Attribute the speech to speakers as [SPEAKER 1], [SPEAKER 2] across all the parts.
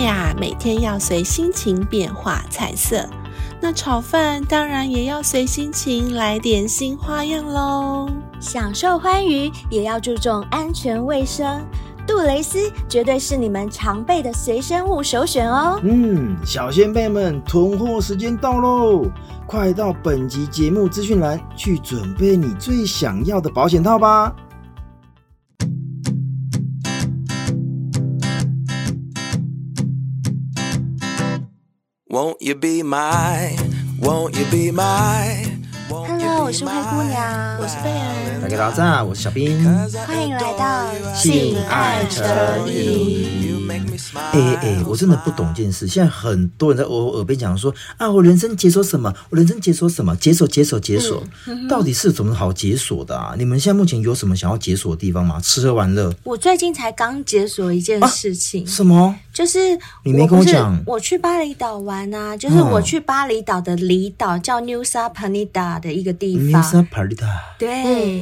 [SPEAKER 1] 呀，每天要随心情变化菜色。那炒饭当然也要随心情来点新花样喽。
[SPEAKER 2] 享受欢愉也要注重安全卫生，杜蕾斯绝对是你们常备的随身物首选哦。
[SPEAKER 3] 嗯，小先辈们，囤货时间到喽！快到本集节目资讯栏去准备你最想要的保险套吧。
[SPEAKER 4] Won't you be my? Won't you be my?
[SPEAKER 2] Hello，我是灰姑娘，
[SPEAKER 1] 我是贝儿
[SPEAKER 3] 大家啊早上，我是小兵。
[SPEAKER 2] 欢迎来到
[SPEAKER 3] 性爱成
[SPEAKER 2] 瘾。
[SPEAKER 3] 哎哎哎，我真的不懂一件事，现在很多人在我耳边讲说啊，我人生解锁什么？我人生解锁什么？解锁解锁解锁，
[SPEAKER 2] 嗯
[SPEAKER 3] 到底是怎么好解锁的啊？你们现在目前有什么想要解锁的地方吗？吃喝玩乐？
[SPEAKER 2] 我最近才刚解锁一件事情，
[SPEAKER 3] 什么？
[SPEAKER 2] 就是
[SPEAKER 3] 啊你没
[SPEAKER 2] 不
[SPEAKER 3] 跟我
[SPEAKER 2] 是
[SPEAKER 3] 讲
[SPEAKER 2] 我去巴厘岛玩啊，就是
[SPEAKER 3] 嗯
[SPEAKER 2] 我去巴厘岛的离岛叫 New s a p a n i d a 的一个地
[SPEAKER 3] m i s a
[SPEAKER 2] 方，
[SPEAKER 3] Parita
[SPEAKER 2] 对，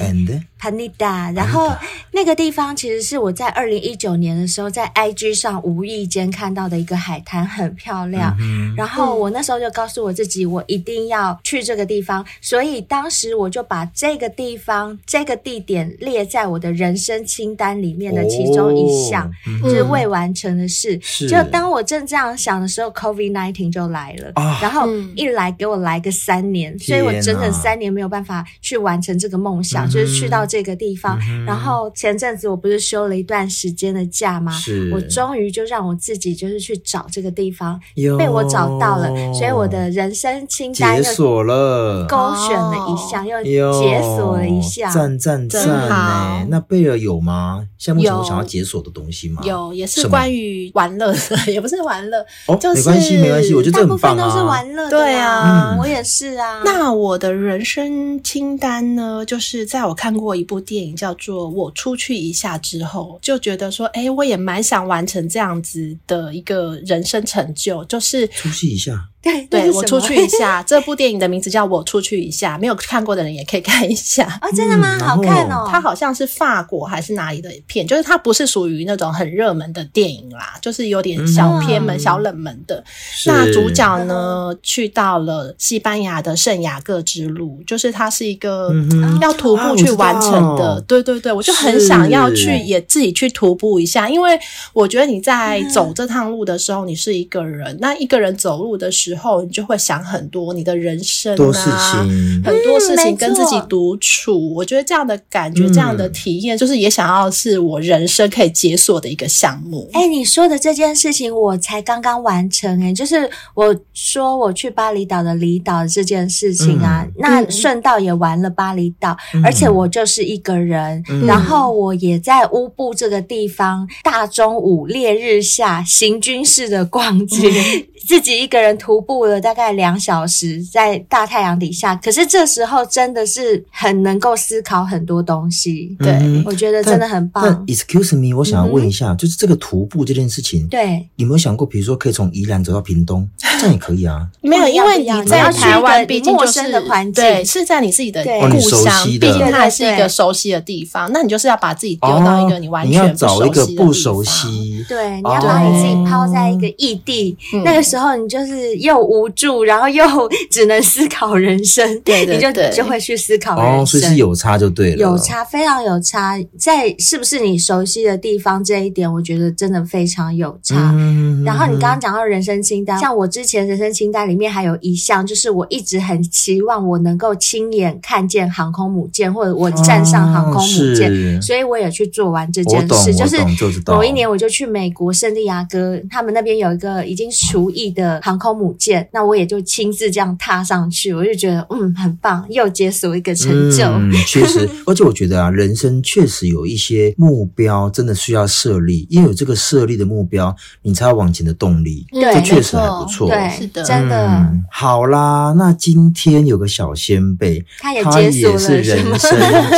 [SPEAKER 3] and
[SPEAKER 2] Panida，然后那个地方其实是我在二零一九年的时候在 IG 上无意间看到的一个海滩，很漂亮。然后我那时候就告诉我自己，我一定要去这个地方，所以当时我就把这个地方、这个地点列在我的人生清单里面的其中一项，
[SPEAKER 3] 哦嗯
[SPEAKER 2] 就是未完成的事。
[SPEAKER 3] 是
[SPEAKER 2] 就当我正这样想的时候，COVID nineteen 就来了，
[SPEAKER 3] 啊
[SPEAKER 2] 然后
[SPEAKER 1] 嗯
[SPEAKER 2] 一来给我来个三年，所以我整
[SPEAKER 3] 天
[SPEAKER 2] 整
[SPEAKER 3] 哪嗯
[SPEAKER 2] 三年没有办法去完成这个梦想，就是去到这个地方。然后前阵子我不是休了一段时间的假吗？
[SPEAKER 3] 是
[SPEAKER 2] 我终于就让我自己就是去找这个地方
[SPEAKER 3] 哟，
[SPEAKER 2] 被我找到了，所以我的人生清单
[SPEAKER 3] 哦解
[SPEAKER 2] 又
[SPEAKER 3] 锁了。
[SPEAKER 2] 勾选了一项，又
[SPEAKER 3] 哟
[SPEAKER 2] 解锁了一项。
[SPEAKER 3] 赞赞赞
[SPEAKER 1] 真好
[SPEAKER 3] 呢！那贝尔有吗？现在目前有
[SPEAKER 1] 有
[SPEAKER 3] 想要解锁的东西吗？
[SPEAKER 1] 有，也
[SPEAKER 3] 什
[SPEAKER 1] 是
[SPEAKER 3] 么
[SPEAKER 1] 关于玩乐的，也不是玩乐。
[SPEAKER 3] 哦，
[SPEAKER 1] 就是
[SPEAKER 3] 没关系没关系，我觉得
[SPEAKER 2] 大
[SPEAKER 3] 这
[SPEAKER 2] 部
[SPEAKER 3] 很棒
[SPEAKER 2] 分
[SPEAKER 3] 啊。
[SPEAKER 2] 都是玩乐的啦，
[SPEAKER 1] 对啊
[SPEAKER 3] 嗯
[SPEAKER 2] 我也是啊。
[SPEAKER 1] 那我的人生清单呢，就是在我看过一部电影叫做《我出去一下》之后，就觉得说，哎，我也蛮想完成这样子的一个人生成就，就是
[SPEAKER 3] 出戏一下，
[SPEAKER 2] 对
[SPEAKER 1] 对
[SPEAKER 2] 那是
[SPEAKER 1] 我
[SPEAKER 2] 什
[SPEAKER 1] 出
[SPEAKER 2] 么
[SPEAKER 1] 去一下。这部电影的名字叫《我出去一下》，没有看过的人也可以看一下。
[SPEAKER 2] 哦，真的吗？
[SPEAKER 3] 嗯
[SPEAKER 2] 好看哦，
[SPEAKER 1] 它好像是法国还是哪里的片，就是它不是属于那种很热门的电影啦，就是有点小偏门、
[SPEAKER 3] 嗯
[SPEAKER 1] 小冷门的。
[SPEAKER 3] 是
[SPEAKER 1] 那主角呢，去到了西班牙的圣雅各之路，就是它是一个
[SPEAKER 3] 嗯哼
[SPEAKER 1] 要徒步去完成
[SPEAKER 3] 啊我
[SPEAKER 1] 的
[SPEAKER 3] 知道。
[SPEAKER 1] 对对对，我就很想要去，
[SPEAKER 3] 是
[SPEAKER 1] 也自己去徒步一下，因为我觉得你在走这趟路的时候，你是一个人，那一个人走路的时候，你就会想很多你的人生
[SPEAKER 3] 多事
[SPEAKER 1] 啊。
[SPEAKER 3] 情，
[SPEAKER 1] 很多事
[SPEAKER 2] 嗯没
[SPEAKER 1] 情
[SPEAKER 2] 错
[SPEAKER 1] 跟自己独处，我觉得这样的感觉、
[SPEAKER 3] 嗯
[SPEAKER 1] 这样的体验，就是也想要是我人生可以解锁的一个项目。
[SPEAKER 2] 哎、你说的这件事情，我才刚刚完成哎、就是我说我去巴厘岛的离岛这件事情啊，
[SPEAKER 3] 嗯
[SPEAKER 2] 那顺道也玩了巴厘岛，
[SPEAKER 3] 嗯
[SPEAKER 2] 而且我就是一个人，
[SPEAKER 3] 嗯
[SPEAKER 2] 然后我也在乌布这个地方大中午烈日下行军式的逛街，
[SPEAKER 3] 嗯
[SPEAKER 2] 自己一个人徒步了大概两小时，在大太阳底下，可是这时候真的是很能够思考很多东西，
[SPEAKER 1] 对
[SPEAKER 3] 嗯
[SPEAKER 2] 我觉得真的很
[SPEAKER 3] 那
[SPEAKER 2] 棒，嗯
[SPEAKER 3] excuse me，我想要问一下，就是这个徒步这件事情，
[SPEAKER 2] 对。
[SPEAKER 3] 有没有想过，比如说可以从宜兰走到 屏东，这样也可以啊？
[SPEAKER 1] 没有，
[SPEAKER 2] 不一
[SPEAKER 1] 因
[SPEAKER 2] 样
[SPEAKER 1] 为
[SPEAKER 2] 不一样
[SPEAKER 1] 你
[SPEAKER 2] 你
[SPEAKER 1] 在
[SPEAKER 2] 要去
[SPEAKER 1] 台
[SPEAKER 2] 一
[SPEAKER 1] 湾，
[SPEAKER 2] 个
[SPEAKER 1] 毕
[SPEAKER 2] 你
[SPEAKER 1] 竟
[SPEAKER 2] 陌
[SPEAKER 1] 就是
[SPEAKER 2] 生的环境
[SPEAKER 1] 对，是在你自己的
[SPEAKER 2] 对哦
[SPEAKER 1] 故
[SPEAKER 3] 你熟
[SPEAKER 1] 乡，
[SPEAKER 3] 悉
[SPEAKER 1] 毕
[SPEAKER 3] 的
[SPEAKER 1] 竟它还是一
[SPEAKER 2] 对
[SPEAKER 1] 个
[SPEAKER 2] 对
[SPEAKER 1] 熟悉的地方。那你就是要把自己丢到一个你完
[SPEAKER 3] 哦
[SPEAKER 1] 全
[SPEAKER 3] 要找一个
[SPEAKER 1] 不
[SPEAKER 3] 不
[SPEAKER 1] 熟
[SPEAKER 3] 熟
[SPEAKER 1] 悉的地方。
[SPEAKER 3] 悉，
[SPEAKER 2] 对，你
[SPEAKER 3] 哦
[SPEAKER 2] 要把你自己抛在一个异地，
[SPEAKER 1] 嗯
[SPEAKER 2] 那个时候你就是又无助，然后又 只能思考人生，
[SPEAKER 1] 对对对
[SPEAKER 2] 你就就会去思考
[SPEAKER 3] 哦，
[SPEAKER 2] 人
[SPEAKER 3] 所以
[SPEAKER 2] 生。
[SPEAKER 3] 是有差就对了，
[SPEAKER 2] 有。差，非常有差，在是不是你熟悉的地方这一点，我觉得真的非常有差。
[SPEAKER 3] 嗯
[SPEAKER 2] 然后你刚刚讲到人生清单，像我之前人生清单里面还有一项，就是我一直很期望我能够亲眼看见航空母舰，或者我站上航空母舰，
[SPEAKER 3] 哦是
[SPEAKER 2] 所以我也去做完这
[SPEAKER 3] 我
[SPEAKER 2] 件
[SPEAKER 3] 懂，
[SPEAKER 2] 事，
[SPEAKER 3] 我
[SPEAKER 2] 是
[SPEAKER 3] 懂，就知道。嗯
[SPEAKER 2] 某一年我就去美国圣地亚哥，他们那边有一个已经除役的航空母舰，那我也就亲自这样踏上去，我就觉得嗯很棒，又解锁一个成就。
[SPEAKER 3] 嗯，确实，而且我觉得啊，人生确实有一些目标，真的需要设立，因为有这个设立的目标，你才有往前的动力。
[SPEAKER 2] 对
[SPEAKER 3] 这
[SPEAKER 2] 没
[SPEAKER 3] 确实还不错。
[SPEAKER 2] 对，
[SPEAKER 1] 是的
[SPEAKER 2] 真的，
[SPEAKER 3] 嗯，好啦，那今天有个小先辈，
[SPEAKER 2] 他也
[SPEAKER 3] 他
[SPEAKER 2] 解锁
[SPEAKER 3] 也
[SPEAKER 2] 了
[SPEAKER 3] 是
[SPEAKER 2] 是
[SPEAKER 3] 人
[SPEAKER 2] 吗？
[SPEAKER 3] 生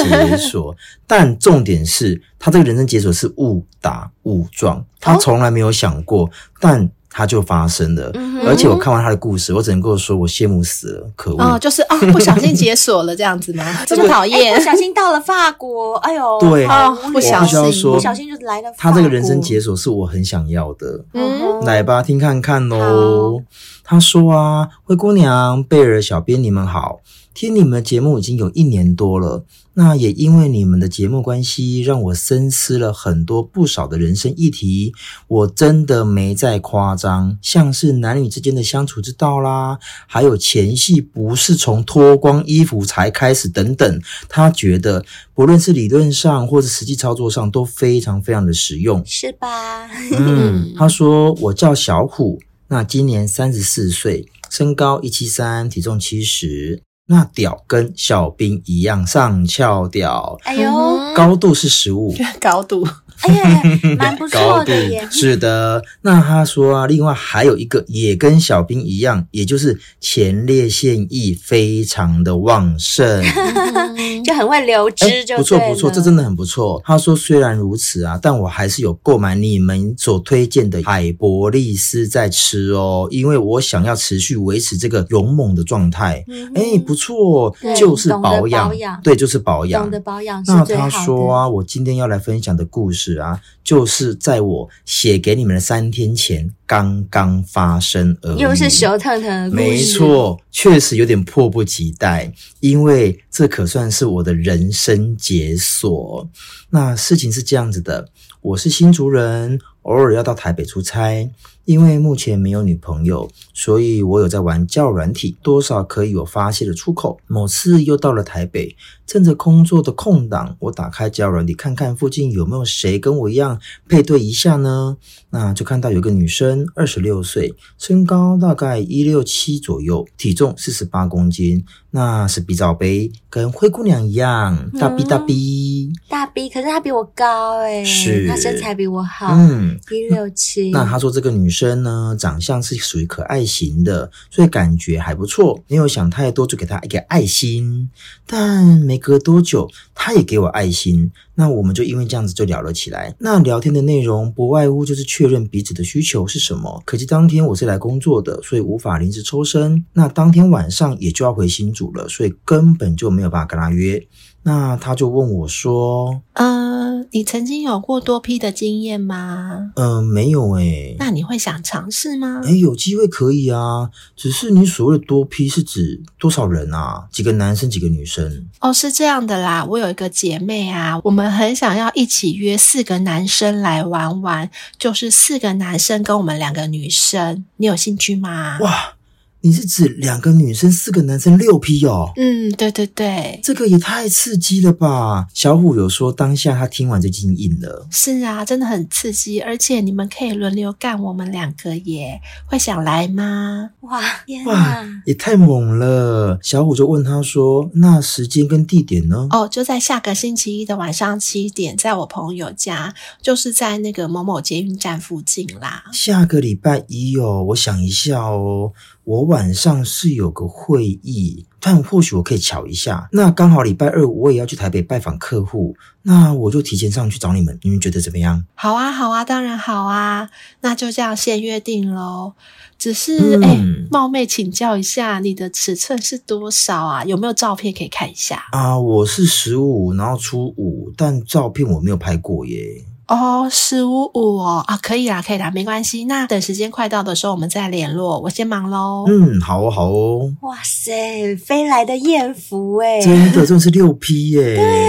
[SPEAKER 3] 解锁，但重点
[SPEAKER 2] 哦
[SPEAKER 3] 是他这个人生解锁是误打误撞，他从来没有想过，但它就发生了。
[SPEAKER 2] 嗯
[SPEAKER 3] 而且我看完他的故事，我只能够说我羡慕死了，可恶。
[SPEAKER 1] 哦，就是啊、不小心解锁了这样子 吗？真
[SPEAKER 2] 这个
[SPEAKER 1] 讨厌
[SPEAKER 2] 哎不。小心到了法国，哎呦，
[SPEAKER 3] 对
[SPEAKER 2] 好
[SPEAKER 1] 哦
[SPEAKER 2] 无
[SPEAKER 1] 不
[SPEAKER 2] 聊
[SPEAKER 1] 小心
[SPEAKER 3] 我必须要说
[SPEAKER 2] 不小心就来了法
[SPEAKER 3] 他
[SPEAKER 2] 国。
[SPEAKER 3] 这个人生解锁是我很想要的。
[SPEAKER 2] 嗯，
[SPEAKER 3] 来吧，听看看喽。他说啊，灰姑娘、贝尔小编，你们好，听你们的节目已经有一年多了，那也因为你们的节目关系，让我深思了很多不少的人生议题。我真的没在夸张，像是男女之间的相处之道啦，还有前戏不是从脱光衣服才开始等等。他觉得不论是理论上或者实际操作上，都非常非常的实用。
[SPEAKER 2] 是吧？
[SPEAKER 3] 嗯，他说我叫小虎，那今年三十四岁，身高一七三，体重七十，那屌跟小兵一样上翘屌，
[SPEAKER 2] 哎呦，
[SPEAKER 3] 高度是十五。
[SPEAKER 1] 高度，
[SPEAKER 2] 哎呀，蛮 不 错
[SPEAKER 3] 高度
[SPEAKER 2] 的耶。
[SPEAKER 3] 是的，那他说啊，另外还有一个也跟小兵一样，也就是前列腺液非常的旺盛，
[SPEAKER 1] 嗯
[SPEAKER 2] 就很会流汁
[SPEAKER 3] 哎，
[SPEAKER 2] 就、
[SPEAKER 3] 不错不错，这真
[SPEAKER 2] 的。
[SPEAKER 3] 的很不错。他说虽然如此啊，但我还是有购买你们所推荐的海博利斯在吃哦，因为我想要持续维持这个勇猛的状态。
[SPEAKER 2] 嗯
[SPEAKER 3] 哎、不错
[SPEAKER 2] 对，
[SPEAKER 3] 就是保
[SPEAKER 2] 懂得
[SPEAKER 3] 养，
[SPEAKER 2] 保养
[SPEAKER 3] 对，就是保养
[SPEAKER 2] 懂。得保养是
[SPEAKER 3] 那
[SPEAKER 2] 最好
[SPEAKER 3] 他
[SPEAKER 2] 的。
[SPEAKER 3] 说啊，我今天要来分享的故事啊，就是在我写给你们的三天前刚刚发生而已。
[SPEAKER 2] 又是舌腾腾的故事，
[SPEAKER 3] 嗯没错，确实有点迫不及待，因为这可算是我的人生解锁。那事情是这样子的，我是新竹人，偶尔要到台北出差，因为目前没有女朋友，所以我有在玩教软体，多少可以有发泄的出口。某次又到了台北，趁着工作的空档，我打开交友软体看看附近有没有谁跟我一样配对一下呢？那就看到有个女生，二十六岁，身高大概一六七左右，体重四十八公斤，那是比罩杯，跟灰姑娘一样，大逼大逼，
[SPEAKER 2] 大 B，可是他比我高哎、
[SPEAKER 3] 是
[SPEAKER 2] 他身材比我好，
[SPEAKER 3] 嗯。
[SPEAKER 2] 一六七。
[SPEAKER 3] 那他说这个女生呢，长相是属于可爱型的，所以感觉还不错，没有想太多，就给她一个爱心。但没隔多久，她也给我爱心，那我们就因为这样子就聊了起来。那聊天的内容不外乎就是确认彼此的需求是什么。可惜当天我是来工作的，所以无法临时抽身。那当天晚上也就要回新竹了，所以根本就没有办法跟她约。那他就问我说
[SPEAKER 1] 嗯、你曾经有过多批的经验吗：“？
[SPEAKER 3] 嗯、没有诶、
[SPEAKER 1] 那你会想尝试吗？
[SPEAKER 3] 哎，有机会可以啊，只是你所谓的多批是指多少人啊？几个男生，几个女生？
[SPEAKER 1] 哦，是这样的啦，我有一个姐妹啊，我们很想要一起约四个男生来玩玩，就是四个男生跟我们两个女生，你有兴趣吗？
[SPEAKER 3] 哇，你是指两个女生，四个男生，六批哦？
[SPEAKER 1] 嗯，对对对，
[SPEAKER 3] 这个也太刺激了吧！小虎有说，当下他听完就静音了。
[SPEAKER 1] 是啊，真的很刺激，而且你们可以轮流干我们两个耶，会想来吗？
[SPEAKER 2] 哇，天啊
[SPEAKER 3] 哇
[SPEAKER 2] 哪！，
[SPEAKER 3] 也太猛了！小虎就问他说：“那时间跟地点呢？”
[SPEAKER 1] 哦，就在下个星期一的晚上七点，在我朋友家，就是在那个某某捷运站附近啦。
[SPEAKER 3] 下个礼拜一哦，我想一下哦，我晚上是有个会议，但或许我可以瞧一下。那刚好礼拜二我也要去台北拜访客户，那我就提前上去找你们，你们觉得怎么样？
[SPEAKER 1] 好啊，好啊，当然好啊，那就这样先约定喽。只是
[SPEAKER 3] 嗯
[SPEAKER 1] 哎、冒昧请教一下，你的尺寸是多少啊？有没有照片可以看一下？
[SPEAKER 3] 啊，我是十五，然后初五，但照片我没有拍过耶。
[SPEAKER 1] 哦，十五五哦，啊，可以啦，可以啦，没关系。那等时间快到的时候，我们再联络。我先忙喽。
[SPEAKER 3] 嗯，好哦，好哦，
[SPEAKER 2] 哇塞，飞来的艳福哎、
[SPEAKER 3] 真的，真的是六 P 耶。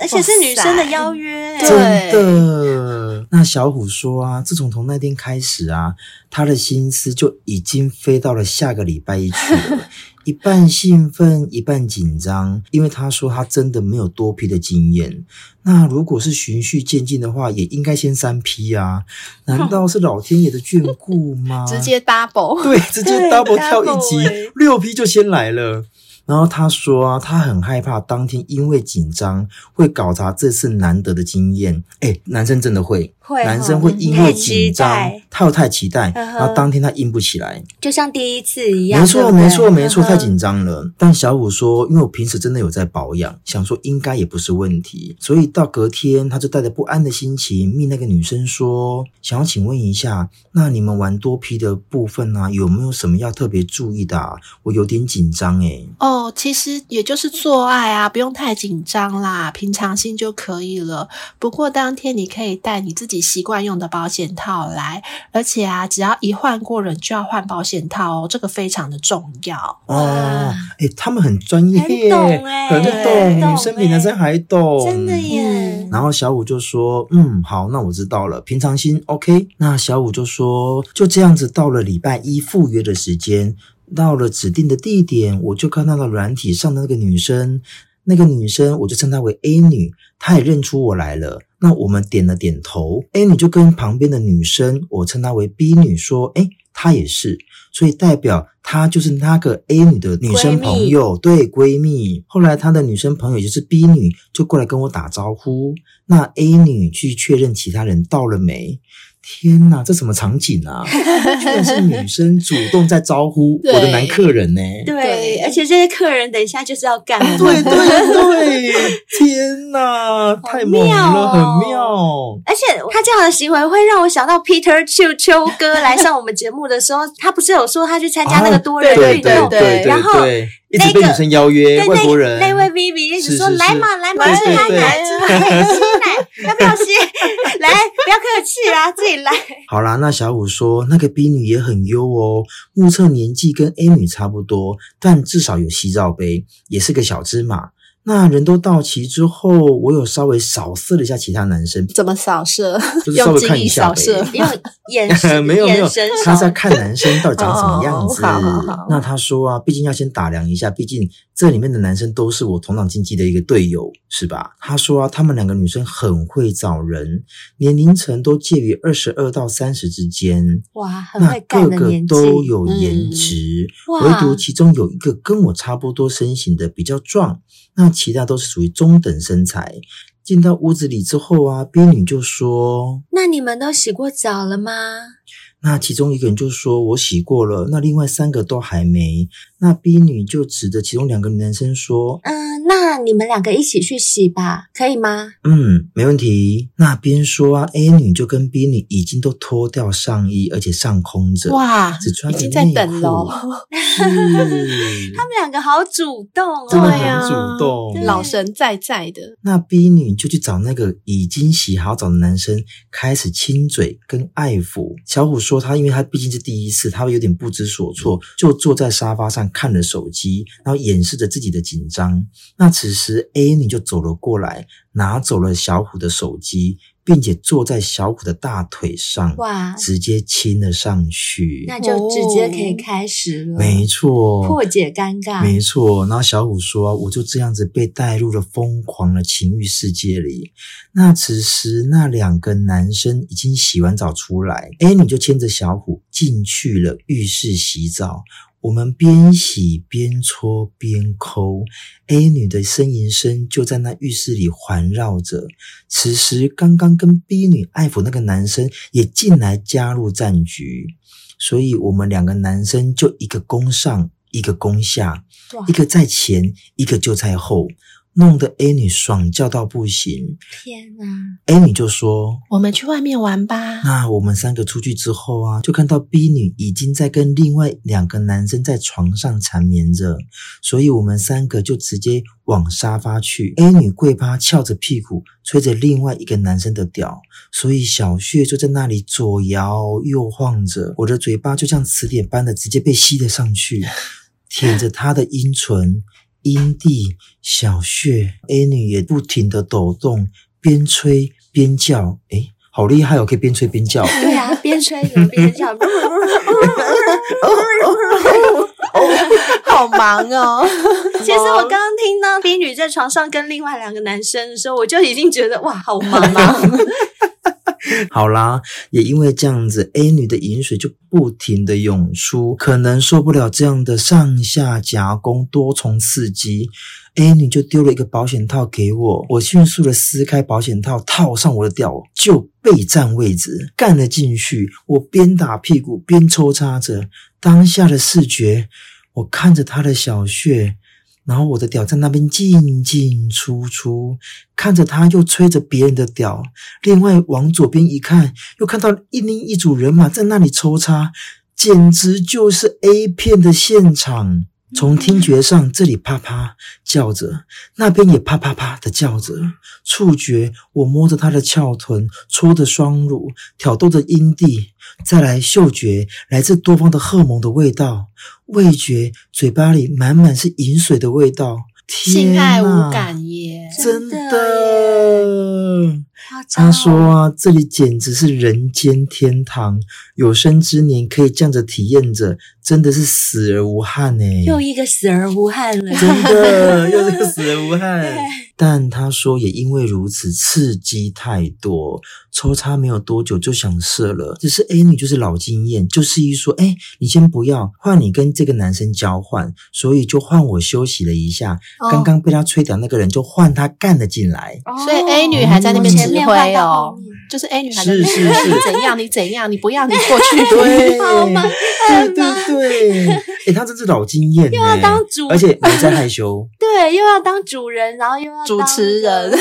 [SPEAKER 2] 而且是女生的邀约、
[SPEAKER 1] 哇塞
[SPEAKER 2] 欸，
[SPEAKER 1] 对
[SPEAKER 3] 真的。那小虎说啊，自从从那天开始啊，他的心思就已经飞到了下个礼拜一去 了，一半兴奋，一半紧张，因为他说他真的没有多批的经验。那如果是循序渐进的话，也应该先三批啊？难道是老天爷的眷顾 吗？
[SPEAKER 1] 直接 double，
[SPEAKER 3] 对，直接
[SPEAKER 2] 对
[SPEAKER 3] double 跳一
[SPEAKER 2] double
[SPEAKER 3] 级
[SPEAKER 2] 欸，
[SPEAKER 3] 六 P 就先来了。然后他说啊，他很害怕当天因为紧张会搞砸这次难得的经验。哎，男生真的会，
[SPEAKER 2] 会哦
[SPEAKER 3] 男生会因为紧张
[SPEAKER 2] 太期待，
[SPEAKER 3] 他有太期待，
[SPEAKER 2] 嗯哼
[SPEAKER 3] 然后当天他硬不起来。
[SPEAKER 2] 就像第一次一样。
[SPEAKER 3] 没错，
[SPEAKER 2] 对不对
[SPEAKER 3] 没错，没错，
[SPEAKER 2] 嗯哼
[SPEAKER 3] 太紧张了。但小五说，因为我平时真的有在保养，想说应该也不是问题，所以到隔天他就带着不安的心情密那个女生说，想要请问一下，那你们玩多批的部分呢、有没有什么要特别注意的、啊？我有点紧张欸诶、
[SPEAKER 1] 哦，其实也就是做爱啊，不用太紧张啦，平常心就可以了。不过当天你可以带你自己习惯用的保险套来，而且啊，只要一换过人就要换保险套哦，这个非常的重要。
[SPEAKER 3] 哦
[SPEAKER 2] 哇，
[SPEAKER 3] 诶、他们很专业，
[SPEAKER 2] 啊很懂欸
[SPEAKER 3] 很
[SPEAKER 1] 很
[SPEAKER 3] 懂，
[SPEAKER 2] 懂欸
[SPEAKER 3] 女生比男生还懂，
[SPEAKER 2] 真的耶
[SPEAKER 1] 嗯，
[SPEAKER 3] 然后小五就说：“嗯，好，那我知道了，平常心，OK。”那小五就说：“就这样子，到了礼拜一赴约的时间，到了指定的地点，我就看到了软体上的那个女生，那个女生我就称她为 A 女，她也认出我来了。那我们点了点头，A 女就跟旁边的女生，我称她为 B 女，说：‘哎，她也是。’所以代表她就是那个 A 女的女生朋友，对闺蜜。后来她的女生朋友也就是 B 女，就过来跟我打招呼。那 A 女去确认其他人到了没。天哪，这什么场景啊！ 居然是女生主动在招呼我的男客人呢、
[SPEAKER 2] 对
[SPEAKER 1] 对，
[SPEAKER 2] 而且这些客人等一下就是要干我
[SPEAKER 3] 哎对
[SPEAKER 2] 们。
[SPEAKER 3] 对对，天哪，太猛
[SPEAKER 2] 哦
[SPEAKER 3] 了，很妙。
[SPEAKER 2] 而且他这样的行为会让我想到 Peter 秋秋哥来上我们节目的时候，他不是有说他去参加那个多人
[SPEAKER 3] 对
[SPEAKER 2] 运动，
[SPEAKER 3] 对对
[SPEAKER 2] 然后
[SPEAKER 3] 对，一直被女生邀约，
[SPEAKER 2] 对
[SPEAKER 3] 外国人
[SPEAKER 2] 那那位 Vivi 一直说
[SPEAKER 3] 是是是
[SPEAKER 2] 来嘛来嘛，
[SPEAKER 3] 对
[SPEAKER 2] 吃他
[SPEAKER 3] 对
[SPEAKER 2] 奶，
[SPEAKER 1] 对
[SPEAKER 2] 吃他奶，吃奶，要不要吸？来，不要客气啦，自己 来。
[SPEAKER 3] 好啦，那小五说那个 B 女也很优哦，目测年纪跟 A 女差不多，但至少有西照杯，也是个小芝麻。那人都到齐之后，我有稍微扫射了一下其他男生，
[SPEAKER 1] 怎么扫射？
[SPEAKER 3] 就是稍
[SPEAKER 1] 用
[SPEAKER 3] 微
[SPEAKER 1] 精
[SPEAKER 3] 看一
[SPEAKER 1] 力
[SPEAKER 3] 下
[SPEAKER 1] 扫
[SPEAKER 3] 呗
[SPEAKER 1] 射。
[SPEAKER 2] 用眼神，
[SPEAKER 3] 没有没有
[SPEAKER 2] 眼神，
[SPEAKER 3] 他在看男生到底长什么样子。
[SPEAKER 1] 哦好好好
[SPEAKER 3] 那他说啊，毕竟要先打量一下，毕竟这里面的男生都是我同党竞技的一个队友，是吧？他说啊，他们两个女生很会找人，年龄层都介于二十二到三十之间，
[SPEAKER 2] 哇，很
[SPEAKER 3] 那
[SPEAKER 2] 会干
[SPEAKER 3] 个
[SPEAKER 2] 的
[SPEAKER 3] 个
[SPEAKER 2] 年纪，嗯
[SPEAKER 3] 都有颜值，
[SPEAKER 2] 哇
[SPEAKER 3] 唯独其中有一个跟我差不多身形的比较壮，那其他都是属于中等身材。进到屋子里之后啊，B 女就说：“
[SPEAKER 2] 那你们都洗过澡了吗？
[SPEAKER 3] 那其中一个人就说：“我洗过了。”那另外三个都还没。那 B 女就指着其中两个男生说
[SPEAKER 2] 嗯，那你们两个一起去洗吧，可以吗？：“
[SPEAKER 3] 嗯，没问题。”那边说啊，A 女就跟 B 女已经都脱掉上衣，而且上空着，
[SPEAKER 1] 哇，
[SPEAKER 3] 只穿
[SPEAKER 1] 已
[SPEAKER 3] 着
[SPEAKER 1] 经在
[SPEAKER 3] 内
[SPEAKER 1] 等
[SPEAKER 3] 裤
[SPEAKER 1] 喽。
[SPEAKER 3] 是
[SPEAKER 2] 他们两个好主动
[SPEAKER 3] 真的
[SPEAKER 2] 哦，
[SPEAKER 1] 对啊
[SPEAKER 3] 很主动。
[SPEAKER 2] 对
[SPEAKER 1] 老神在在的，
[SPEAKER 3] 那 B 女就去找那个已经洗好澡的男生，开始亲嘴跟爱抚。小虎说他因为他毕竟是第一次，他会有点不知所措，就坐在沙发上看着手机，然后掩饰着自己的紧张。那此时 A 女就走了过来，拿走了小虎的手机，并且坐在小虎的大腿上，
[SPEAKER 2] 哇，
[SPEAKER 3] 直接亲了上去。
[SPEAKER 2] 那就直接可以开始了，
[SPEAKER 3] 哦没错，
[SPEAKER 2] 破解尴尬，
[SPEAKER 3] 没错，然后小虎说：“我就这样子被带入了疯狂的情欲世界里。”那此时，那两个男生已经洗完澡出来，哎，你就牵着小虎进去了浴室洗澡。我们边洗边搓边抠，A 女的呻吟声就在那浴室里环绕着。此时，刚刚跟 B 女爱抚那个男生也进来加入战局，所以我们两个男生就一个攻上，一个攻下，
[SPEAKER 2] 哇
[SPEAKER 3] 一个在前，一个就在后，弄得 A 女爽叫到不行。
[SPEAKER 2] 天哪，
[SPEAKER 3] A 女就说
[SPEAKER 1] 我们去外面玩吧：“。
[SPEAKER 3] 那我们三个出去之后啊，就看到 B 女已经在跟另外两个男生在床上缠绵着，所以我们三个就直接往沙发去。A 女跪趴，翘着屁股，吹着另外一个男生的屌，所以小穴就在那里左摇右晃着，我的嘴巴就像词典般的直接被吸了上去，舔着她的阴唇、阴蒂、小穴。A 女也不停的抖动，边吹边叫，诶，好厉害哦，可以边吹边叫。
[SPEAKER 2] 对啊，边吹牛边笑，
[SPEAKER 1] 好忙哦。
[SPEAKER 2] 其实
[SPEAKER 3] 哦
[SPEAKER 2] 我刚刚听到冰女在床上跟另外两个男生的时候，我就已经觉得哇，好忙 啊！
[SPEAKER 3] 好啦，也因为这样子，A 女的饮水就不停的涌出，可能受不了这样的上下夹攻多重刺激哎，你就丢了一个保险套给我，我迅速的撕开保险套，套上我的吊，就备战位置，干了进去。我边打屁股边抽插着，当下的视觉，我看着他的小穴，然后我的屌在那边进进出出，看着他又吹着别人的屌。另外往左边一看，又看到一另一组人马在那里抽插，简直就是 A 片的现场。
[SPEAKER 1] 嗯
[SPEAKER 3] 从听觉上，这里啪啪叫着，那边也啪啪啪的叫着。触觉，我摸着他的翘臀，搓着双乳，挑逗着阴蒂。再来嗅觉，来自多方的荷尔蒙的味道；味觉，嘴巴里满满是饮水的味道。天
[SPEAKER 1] 性
[SPEAKER 3] 呐
[SPEAKER 1] 爱无感耶，
[SPEAKER 3] 真
[SPEAKER 2] 真夸张
[SPEAKER 3] 的。
[SPEAKER 2] 哦
[SPEAKER 3] 他说啊，这里简直是人间天堂，有生之年可以这样子体验着，真的是死而无憾呢、
[SPEAKER 2] 又一个死而无憾了。
[SPEAKER 3] 真的，又是个死人无憾。但他说，也因为如此，刺激太多，抽插没有多久就想射了。只是 A 女就是老经验，就是一说，哎，你先不要，换你跟这个男生交换，所以就换我休息了一下。
[SPEAKER 1] 哦
[SPEAKER 3] 刚刚被他吹掉那个人，就换他干了进来。
[SPEAKER 1] 所以 A 女还在那边
[SPEAKER 2] 哦前
[SPEAKER 1] 指
[SPEAKER 2] 面换
[SPEAKER 1] 挥
[SPEAKER 2] 到
[SPEAKER 1] 哦
[SPEAKER 2] 后面，
[SPEAKER 1] 就是 A 女还在那
[SPEAKER 3] 是是
[SPEAKER 1] 边
[SPEAKER 3] 是
[SPEAKER 1] 你 怎样你怎样，你不要你过去。
[SPEAKER 3] 对，
[SPEAKER 2] 好啊吧
[SPEAKER 3] 对对对，哎，他真是老经验、欸，
[SPEAKER 2] 又要当主
[SPEAKER 3] 而且没在 害羞。
[SPEAKER 2] 对，又要当主人，然后又要
[SPEAKER 1] 主
[SPEAKER 2] 当
[SPEAKER 1] 持
[SPEAKER 2] 那个
[SPEAKER 1] 人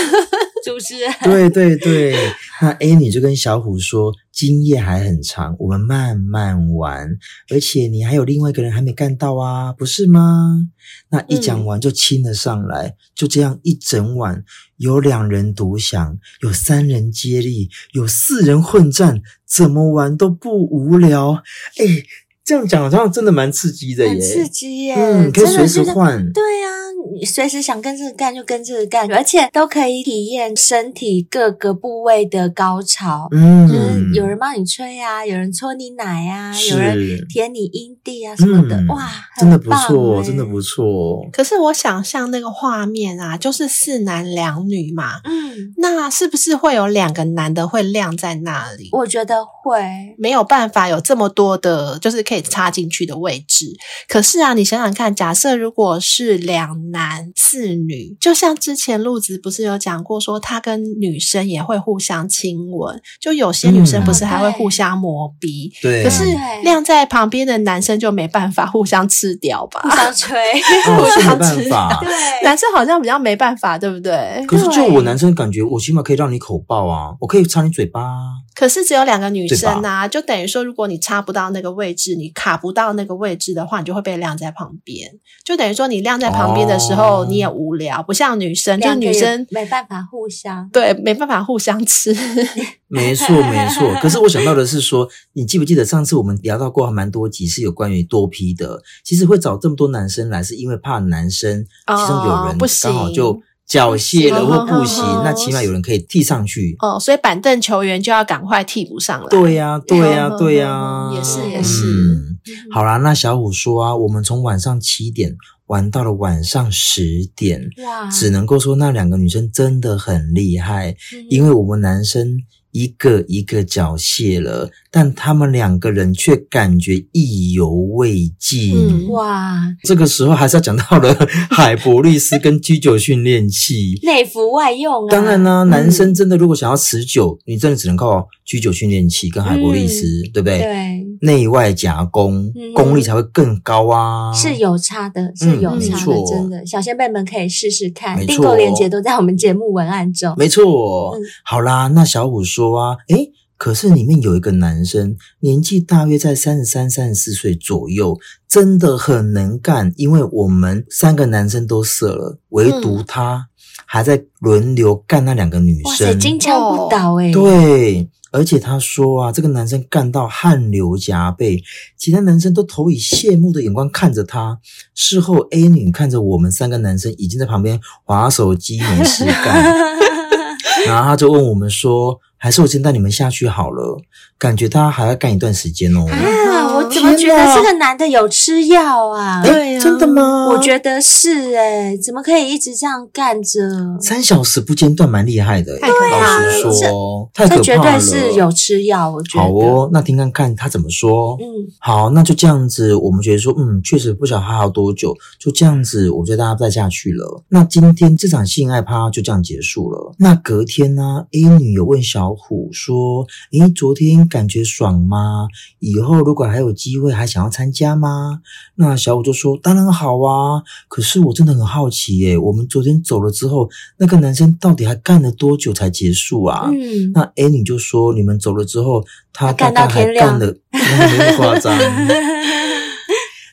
[SPEAKER 2] 主持人。
[SPEAKER 3] 对对对，那 A 女就跟小虎说，今夜还很长，我们慢慢玩，而且你还有另外一个人还没干到啊，不是吗？那一讲完就亲了上来，就这样一整晚，有两人独享，有三人接力，有四人混战，怎么玩都不无聊。哎，这样讲好像真的蛮刺激的
[SPEAKER 2] 很
[SPEAKER 3] 耶，
[SPEAKER 2] 刺激耶！
[SPEAKER 3] 嗯，可以
[SPEAKER 2] 真
[SPEAKER 3] 随
[SPEAKER 2] 的
[SPEAKER 3] 时
[SPEAKER 2] 是
[SPEAKER 3] 换。
[SPEAKER 2] 对啊，你随时想跟这个干就跟这个干，而且都可以体验身体各个部位的高潮，
[SPEAKER 3] 嗯，
[SPEAKER 2] 就是有人帮你吹啊，有人搓你奶啊，有人
[SPEAKER 3] 是
[SPEAKER 2] 舔你阴蒂啊什么的，
[SPEAKER 3] 嗯
[SPEAKER 2] 哇，
[SPEAKER 3] 真的
[SPEAKER 2] 很
[SPEAKER 3] 不
[SPEAKER 2] 棒欸
[SPEAKER 3] 错，
[SPEAKER 2] 耶
[SPEAKER 3] 真的不错。
[SPEAKER 1] 可是我想象那个画面啊，就是四男两女嘛，
[SPEAKER 2] 嗯，
[SPEAKER 1] 那是不是会有两个男的会晾在那里？
[SPEAKER 2] 我觉得会，
[SPEAKER 1] 没有办法有这么多的，就是可以插进去的位置。可是啊，你想想看，假设如果是两男四女，就像之前路子不是有讲过说，他跟女生也会互相亲吻，就有些女生不是还会互相磨鼻，
[SPEAKER 3] 对，啊
[SPEAKER 1] 可是
[SPEAKER 2] 嗯对
[SPEAKER 1] 晾在旁边的男生就没办法互相吃掉
[SPEAKER 2] 互
[SPEAKER 1] 吧？
[SPEAKER 2] 相 吹，
[SPEAKER 3] 哦，是没
[SPEAKER 1] 想
[SPEAKER 3] 办
[SPEAKER 1] 吃
[SPEAKER 3] 法。
[SPEAKER 2] 对，
[SPEAKER 1] 男生好像比较没办法，对不对？
[SPEAKER 3] 可是就
[SPEAKER 2] 对
[SPEAKER 3] 我男生感觉，我起码可以让你口爆啊，我可以插你 嘴巴啊。
[SPEAKER 1] 可是只有两个女生呐、就等于说，如果你插不到那个位置，你卡不到那个位置的话，你就会被晾在旁边。就等于说，你晾在旁边的时候，
[SPEAKER 3] 哦
[SPEAKER 1] 你也无聊，不像女生，就
[SPEAKER 2] 两
[SPEAKER 1] 是女
[SPEAKER 2] 个也
[SPEAKER 1] 生
[SPEAKER 2] 没办法互相，
[SPEAKER 1] 对没办法互相 吃。
[SPEAKER 3] 没错，没错。可是我想到的是说，你记不记得上次我们聊到过还蛮多集是有关于多批的？其实会找这么多男生来，是因为怕男生其中有
[SPEAKER 1] 哦
[SPEAKER 3] 人
[SPEAKER 1] 不行
[SPEAKER 3] 刚好就缴械了
[SPEAKER 1] 不
[SPEAKER 3] 或
[SPEAKER 1] 行
[SPEAKER 3] 不行
[SPEAKER 2] 嗯
[SPEAKER 1] 哦，
[SPEAKER 3] 那起码有人可以替上去。
[SPEAKER 1] 哦、所以板凳球员就要赶快替补上来。
[SPEAKER 3] 对呀，对呀，
[SPEAKER 1] 嗯
[SPEAKER 3] 对呀
[SPEAKER 1] 嗯，也是也是
[SPEAKER 3] 嗯，好啦，那小虎说啊，我们从晚上七点玩到了晚上十点，
[SPEAKER 1] 啊
[SPEAKER 2] 哇，
[SPEAKER 3] 只能够说那两个女生真的很厉害，
[SPEAKER 2] 嗯
[SPEAKER 3] 因为我们男生一个一个缴械了，但他们两个人却感觉意犹未尽。
[SPEAKER 1] 嗯
[SPEAKER 2] 哇，
[SPEAKER 3] 这个时候还是要讲到了 海博律斯跟居酒训练器。
[SPEAKER 2] 内服外用啊，
[SPEAKER 3] 当然啦、男
[SPEAKER 1] 嗯
[SPEAKER 3] 生真的如果想要持久，你真的只能靠居酒训练器跟海博律斯，
[SPEAKER 1] 嗯
[SPEAKER 3] 对不对？
[SPEAKER 2] 对，
[SPEAKER 3] 内外夹攻，
[SPEAKER 2] 嗯
[SPEAKER 3] 功力才会更高啊。
[SPEAKER 2] 是有差的，是有
[SPEAKER 1] 没
[SPEAKER 2] 差的，
[SPEAKER 3] 嗯错
[SPEAKER 2] 真的，小先辈们可以试试看
[SPEAKER 3] 没，
[SPEAKER 2] 订
[SPEAKER 3] 错
[SPEAKER 2] 购链接都在我们节目文案中。
[SPEAKER 3] 没错。
[SPEAKER 2] 嗯
[SPEAKER 3] 好啦，那小虎说啊，诶，可是里面有一个男生，年纪大约在三十三、三十四岁左右，真的很能干。因为我们三个男生都射了，唯独他还在轮流干那两个女
[SPEAKER 2] 嗯哇塞，
[SPEAKER 3] 生。
[SPEAKER 2] 金枪不倒哎、
[SPEAKER 3] 对，而且他说啊，这个男生干到汗流浃背，其他男生都投以羡慕的眼光看着他。事后，A 女看着我们三个男 生
[SPEAKER 2] 啊
[SPEAKER 3] 已经在旁边划手机没事干，然后他就问我们说：“还是我先带你们下去好了。感觉他还要干一段时间哦。
[SPEAKER 2] 啊，我怎么觉
[SPEAKER 3] 天
[SPEAKER 2] 得
[SPEAKER 3] 哪
[SPEAKER 2] 这个男的有吃药啊？
[SPEAKER 3] 哎
[SPEAKER 1] 对啊
[SPEAKER 3] 真的吗？
[SPEAKER 2] 我觉得是哎、怎么可以一直这样干着？
[SPEAKER 3] 三小时不间断蛮厉害的、
[SPEAKER 1] 太可怕
[SPEAKER 3] 老
[SPEAKER 1] 了
[SPEAKER 3] 实说，太可怕
[SPEAKER 2] 啊这
[SPEAKER 3] 了。
[SPEAKER 2] 绝对是有吃药，我觉得。
[SPEAKER 3] 好哦，那听看看他怎么说。
[SPEAKER 2] 嗯，
[SPEAKER 3] 好，那就这样子，我们觉得说，嗯，确实不晓得还要多久，就这样子，我觉得大家不再下去了。那今天这场性爱趴就这样结束了。那隔天呢、a 女有问小虎说，诶，昨天感觉爽吗？以后如果还有机会，还想要参加吗？那小虎就说，当然好啊，可是我真的很好奇耶、我们昨天走了之后，那个男生到底还干了多久才结束啊？
[SPEAKER 2] 嗯，
[SPEAKER 3] 那 a 女就说，你们走了之后，他
[SPEAKER 2] 干
[SPEAKER 3] 大
[SPEAKER 2] 到
[SPEAKER 3] 概还
[SPEAKER 2] 天亮
[SPEAKER 3] 干了，没那么夸张。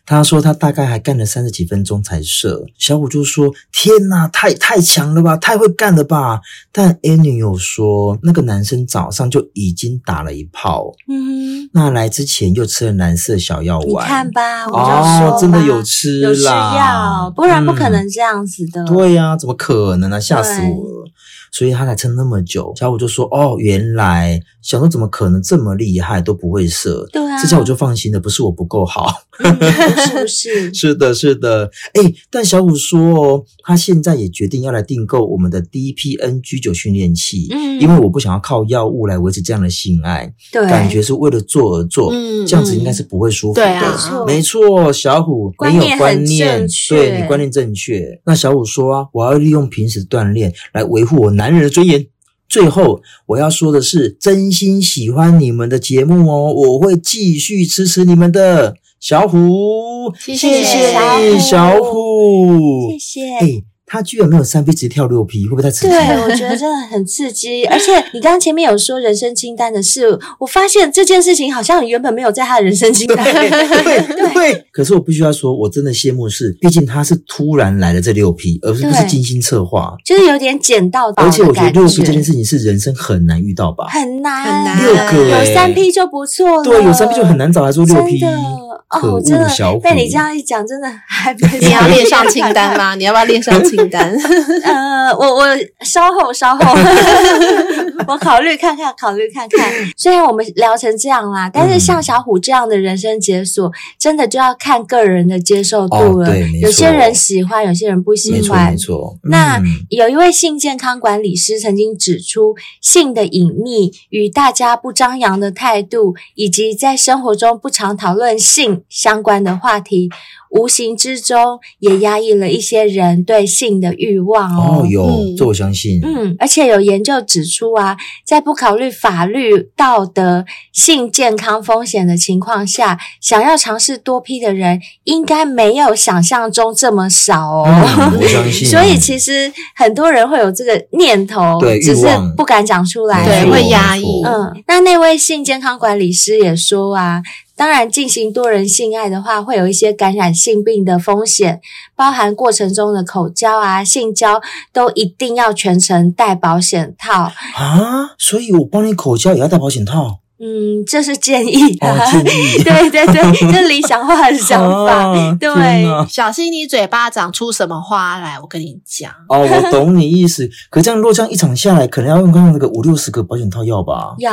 [SPEAKER 3] 他说他大概还干了三十几分钟才射。小五就说：“天呐，太太强了吧，太会干了吧！”但 A 女友说，那个男生早上就已经打了一炮，
[SPEAKER 2] 嗯，
[SPEAKER 3] 那来之前又吃了蓝色小药
[SPEAKER 2] 你
[SPEAKER 3] 丸。
[SPEAKER 2] 看吧，我就说
[SPEAKER 3] 哦
[SPEAKER 2] 吧，
[SPEAKER 3] 真的有吃啦，
[SPEAKER 2] 有吃药，不然不可
[SPEAKER 3] 嗯
[SPEAKER 2] 能这样子的。
[SPEAKER 3] 对呀、怎么可能呢、啊吓死
[SPEAKER 2] 对
[SPEAKER 3] 我了！所以他才撑那么久。小五就说：“哦，原来想说怎么可能这么厉害都不会射？
[SPEAKER 2] 对啊
[SPEAKER 3] 这下我就放心了，不是我不够好。？
[SPEAKER 2] 嗯是不是
[SPEAKER 3] 是的，是的。哎，但小五说哦，他现在也决定要来订购我们的 DPNG 九训练器，
[SPEAKER 2] 嗯
[SPEAKER 3] 因为我不想要靠药物来维持这样的性爱，
[SPEAKER 2] 对，
[SPEAKER 3] 感觉是为了做而做，
[SPEAKER 1] 嗯
[SPEAKER 3] 这样子应该是不会舒服的。
[SPEAKER 1] 对啊
[SPEAKER 2] 没错
[SPEAKER 3] 没错，小虎
[SPEAKER 2] 观
[SPEAKER 3] 你有
[SPEAKER 2] 念
[SPEAKER 3] 观
[SPEAKER 2] 很
[SPEAKER 3] 念
[SPEAKER 2] 正，确
[SPEAKER 3] 对你观念正确。那小虎说啊，我要利用平时锻炼来维护我男人的尊严。最后我要说的是，真心喜欢你们的节目哦，我会继续支持你们的。小虎，
[SPEAKER 1] 谢
[SPEAKER 3] 谢
[SPEAKER 1] 谢
[SPEAKER 3] 谢小
[SPEAKER 2] 小虎
[SPEAKER 3] 虎，
[SPEAKER 2] 谢谢。
[SPEAKER 3] 哎、他居然没有三 P 直接跳六 P，会不会太刺激？
[SPEAKER 2] 对，我觉得真的很刺激，而且你刚刚前面有说人生清单的事，我发现这件事情好像原本没有在他的人生清单。
[SPEAKER 3] 对对。可是我必须要说，我真的羡慕是，毕竟他是突然来的这六 P，而是不是
[SPEAKER 2] 对
[SPEAKER 3] 精心策划。
[SPEAKER 2] 就是有点捡到宝
[SPEAKER 3] 而且
[SPEAKER 2] 的
[SPEAKER 3] 我觉得
[SPEAKER 2] 感
[SPEAKER 3] 六 P 这件事情是人生很难遇到吧？
[SPEAKER 2] 很难，
[SPEAKER 1] 很难
[SPEAKER 3] 六个欸
[SPEAKER 2] 哎有三 P 就不错了，
[SPEAKER 3] 对，有三 P 就很难找来做六 P，
[SPEAKER 2] 真的
[SPEAKER 3] 可
[SPEAKER 2] 哦，我
[SPEAKER 3] 恶
[SPEAKER 2] 真的
[SPEAKER 3] 小虎。
[SPEAKER 2] 被你这样一讲，真的还没
[SPEAKER 1] 你 要列上清单吗？你要不要列上清单？
[SPEAKER 2] 呃，我我稍后稍后， 我考虑看看，考虑看看。虽然我们聊成这样啦，
[SPEAKER 3] 嗯
[SPEAKER 2] 但是像小虎这样的人生解锁，真的就要看个人的接受度
[SPEAKER 3] 哦
[SPEAKER 2] 了。
[SPEAKER 3] 对没错
[SPEAKER 2] 有些人喜欢，有些人不
[SPEAKER 3] 没
[SPEAKER 2] 喜
[SPEAKER 3] 错
[SPEAKER 2] 欢
[SPEAKER 3] 没。错。
[SPEAKER 2] 那
[SPEAKER 3] 嗯
[SPEAKER 2] 有一位性健康管理师曾经指出，性的隐秘与大家不张扬的态度，以及在生活中不常讨论性相关的话题，无形之中也压抑了一些人对性的欲望哦。
[SPEAKER 3] 哦有，
[SPEAKER 1] 嗯
[SPEAKER 3] 这我相信。
[SPEAKER 2] 嗯，而且有研究指出啊，在不考虑法律、道德、性健康风险的情况下，想要尝试多批的人，应该没有想象中这么少 哦。
[SPEAKER 3] 嗯我相信。
[SPEAKER 2] 所以其实很多人会有这个念头，
[SPEAKER 3] 对
[SPEAKER 2] 只
[SPEAKER 3] 欲
[SPEAKER 2] 是
[SPEAKER 3] 望
[SPEAKER 2] 不敢讲出来。
[SPEAKER 1] 对
[SPEAKER 3] 没错
[SPEAKER 1] 会压抑
[SPEAKER 3] 没错
[SPEAKER 2] 嗯，那那位性健康管理师也说啊，当然进行多人性爱的话，会有一些感染性病的风险，包含过程中的口交啊、性交，都一定要全程戴保险套。
[SPEAKER 3] 啊，所以我帮你口交也要戴保险套
[SPEAKER 2] 嗯，这是建议的。
[SPEAKER 3] 哦，建议。
[SPEAKER 2] 对对对，这理想化的想法。
[SPEAKER 3] 啊
[SPEAKER 2] 对
[SPEAKER 3] 天哪
[SPEAKER 1] 小心你嘴巴长出什么花来！我跟你 讲，
[SPEAKER 3] 哦，我懂你意思。可这样，若这样一场下来，可能要用刚刚那个五六十个保险套药吧，
[SPEAKER 2] 要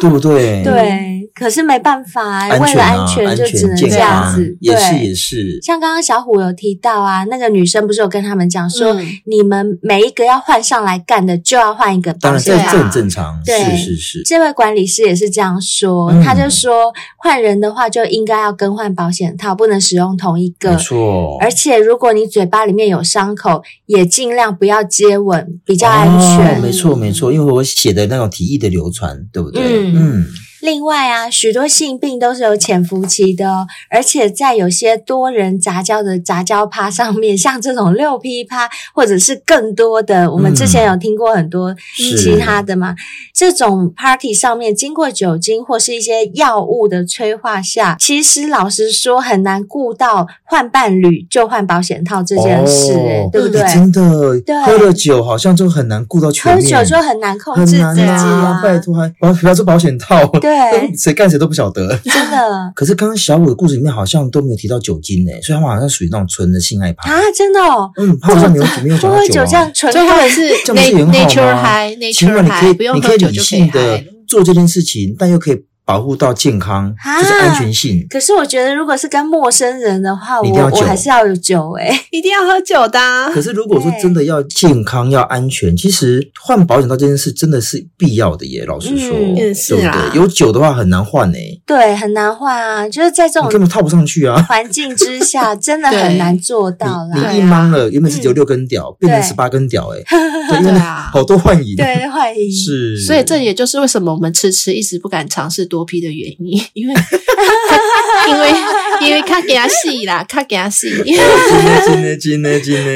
[SPEAKER 3] 对不对？
[SPEAKER 2] 对，可是没办法，
[SPEAKER 3] 哎安
[SPEAKER 2] 为了
[SPEAKER 3] 全啊，
[SPEAKER 2] 安全就只能
[SPEAKER 3] 健
[SPEAKER 2] 这样
[SPEAKER 3] 康
[SPEAKER 2] 子。
[SPEAKER 3] 也是
[SPEAKER 2] 对
[SPEAKER 3] 也是。
[SPEAKER 2] 像刚刚小虎有提到啊，那个女生不是有跟他们讲说，
[SPEAKER 1] 嗯
[SPEAKER 2] 你们每一个要换上来干的就要换一个保
[SPEAKER 3] 当然，
[SPEAKER 2] 险
[SPEAKER 3] 这
[SPEAKER 1] 对啊
[SPEAKER 3] 这很正常，
[SPEAKER 2] 对
[SPEAKER 3] 是是是。
[SPEAKER 2] 这位管理师也是这样说，
[SPEAKER 3] 嗯
[SPEAKER 2] 他就说换人的话就应该要更换保险套，不能使用同一
[SPEAKER 3] 没
[SPEAKER 2] 个。
[SPEAKER 3] 错，
[SPEAKER 2] 而且如果你嘴巴里面有伤口，也尽量不要接吻，比较安
[SPEAKER 3] 哦
[SPEAKER 2] 全。
[SPEAKER 3] 没错没错，因为我写的那种提议的流传，对不对？
[SPEAKER 2] 嗯另外啊，许多性病都是有潜伏期的哦，而且在有些多人杂交的杂交趴上面，像这种六 P 趴或者是更多的，我们之前有听过很多
[SPEAKER 3] 嗯是
[SPEAKER 2] 其他的嘛。这种 party 上面，经过酒精或是一些药物的催化下，其实老实说很难顾到换伴侣就换保险套这件事、哎
[SPEAKER 3] 哦
[SPEAKER 2] 对不对？
[SPEAKER 3] 哎真的
[SPEAKER 2] 对，
[SPEAKER 3] 喝了酒好像就很难顾到全
[SPEAKER 2] 喝
[SPEAKER 3] 面，啊
[SPEAKER 2] 酒就很难控
[SPEAKER 3] 很
[SPEAKER 2] 制
[SPEAKER 3] 难
[SPEAKER 2] 自己
[SPEAKER 3] 啊
[SPEAKER 2] 啊，
[SPEAKER 3] 拜托，还不要不要做保险套，
[SPEAKER 2] 对对，
[SPEAKER 3] 谁干谁都不晓得。
[SPEAKER 2] 真 的
[SPEAKER 3] 可是刚刚小五的故事里面好像都没有提到酒精呢、所以他们好像属于那种纯的性爱趴。
[SPEAKER 2] 啊，真的哦，
[SPEAKER 3] 嗯，他好像没有没有
[SPEAKER 2] 会
[SPEAKER 3] 讲
[SPEAKER 2] 不
[SPEAKER 3] 到
[SPEAKER 2] 会酒
[SPEAKER 3] 酒
[SPEAKER 2] 这
[SPEAKER 3] 啊
[SPEAKER 2] 样。纯
[SPEAKER 1] 所以他们是
[SPEAKER 3] 这样不是也很
[SPEAKER 1] na-
[SPEAKER 3] 好
[SPEAKER 1] nature
[SPEAKER 3] 吗？
[SPEAKER 1] high
[SPEAKER 3] 请
[SPEAKER 1] nature
[SPEAKER 3] 问你可
[SPEAKER 1] high，不
[SPEAKER 3] 以
[SPEAKER 1] 用
[SPEAKER 3] 你可
[SPEAKER 1] 喝
[SPEAKER 3] 以
[SPEAKER 1] 酒
[SPEAKER 3] 理
[SPEAKER 1] 就可以
[SPEAKER 3] 性
[SPEAKER 1] high 了
[SPEAKER 3] 的做这件事情，但又可以保护到健康，就是安全性。
[SPEAKER 2] 可是我觉得，如果是跟陌生人的话，
[SPEAKER 3] 一
[SPEAKER 2] 我
[SPEAKER 3] 定要
[SPEAKER 2] 我
[SPEAKER 3] 酒
[SPEAKER 2] 还是要有酒哎、
[SPEAKER 1] 一定要喝酒的啊、
[SPEAKER 3] 可是如果说真的要健康、要安全，其实换保险套这件事真的是必要的耶。老实说，
[SPEAKER 2] 嗯
[SPEAKER 1] 也
[SPEAKER 3] 对
[SPEAKER 1] 是
[SPEAKER 3] 不
[SPEAKER 1] 啦
[SPEAKER 3] 对？有酒的话很难换诶、
[SPEAKER 2] 对，很难换啊，就是在这
[SPEAKER 3] 你根
[SPEAKER 2] 种
[SPEAKER 3] 本套不上去啊。
[SPEAKER 2] 环境之下，真的
[SPEAKER 1] 对
[SPEAKER 2] 很难做
[SPEAKER 3] 你
[SPEAKER 2] 到啦。
[SPEAKER 3] 你一懵了，原本是只有六根屌，变成
[SPEAKER 2] 对
[SPEAKER 3] 十八根屌诶、对，因为
[SPEAKER 1] 对啊
[SPEAKER 3] 好多幻影。
[SPEAKER 2] 对，欢迎。
[SPEAKER 3] 是，
[SPEAKER 1] 所以这也就是为什么我们迟迟一直不敢尝试多批的原 因，因为 因为因为看给他戏 啦，看给他戏。
[SPEAKER 3] 哦今呢今呢今呢今 呢，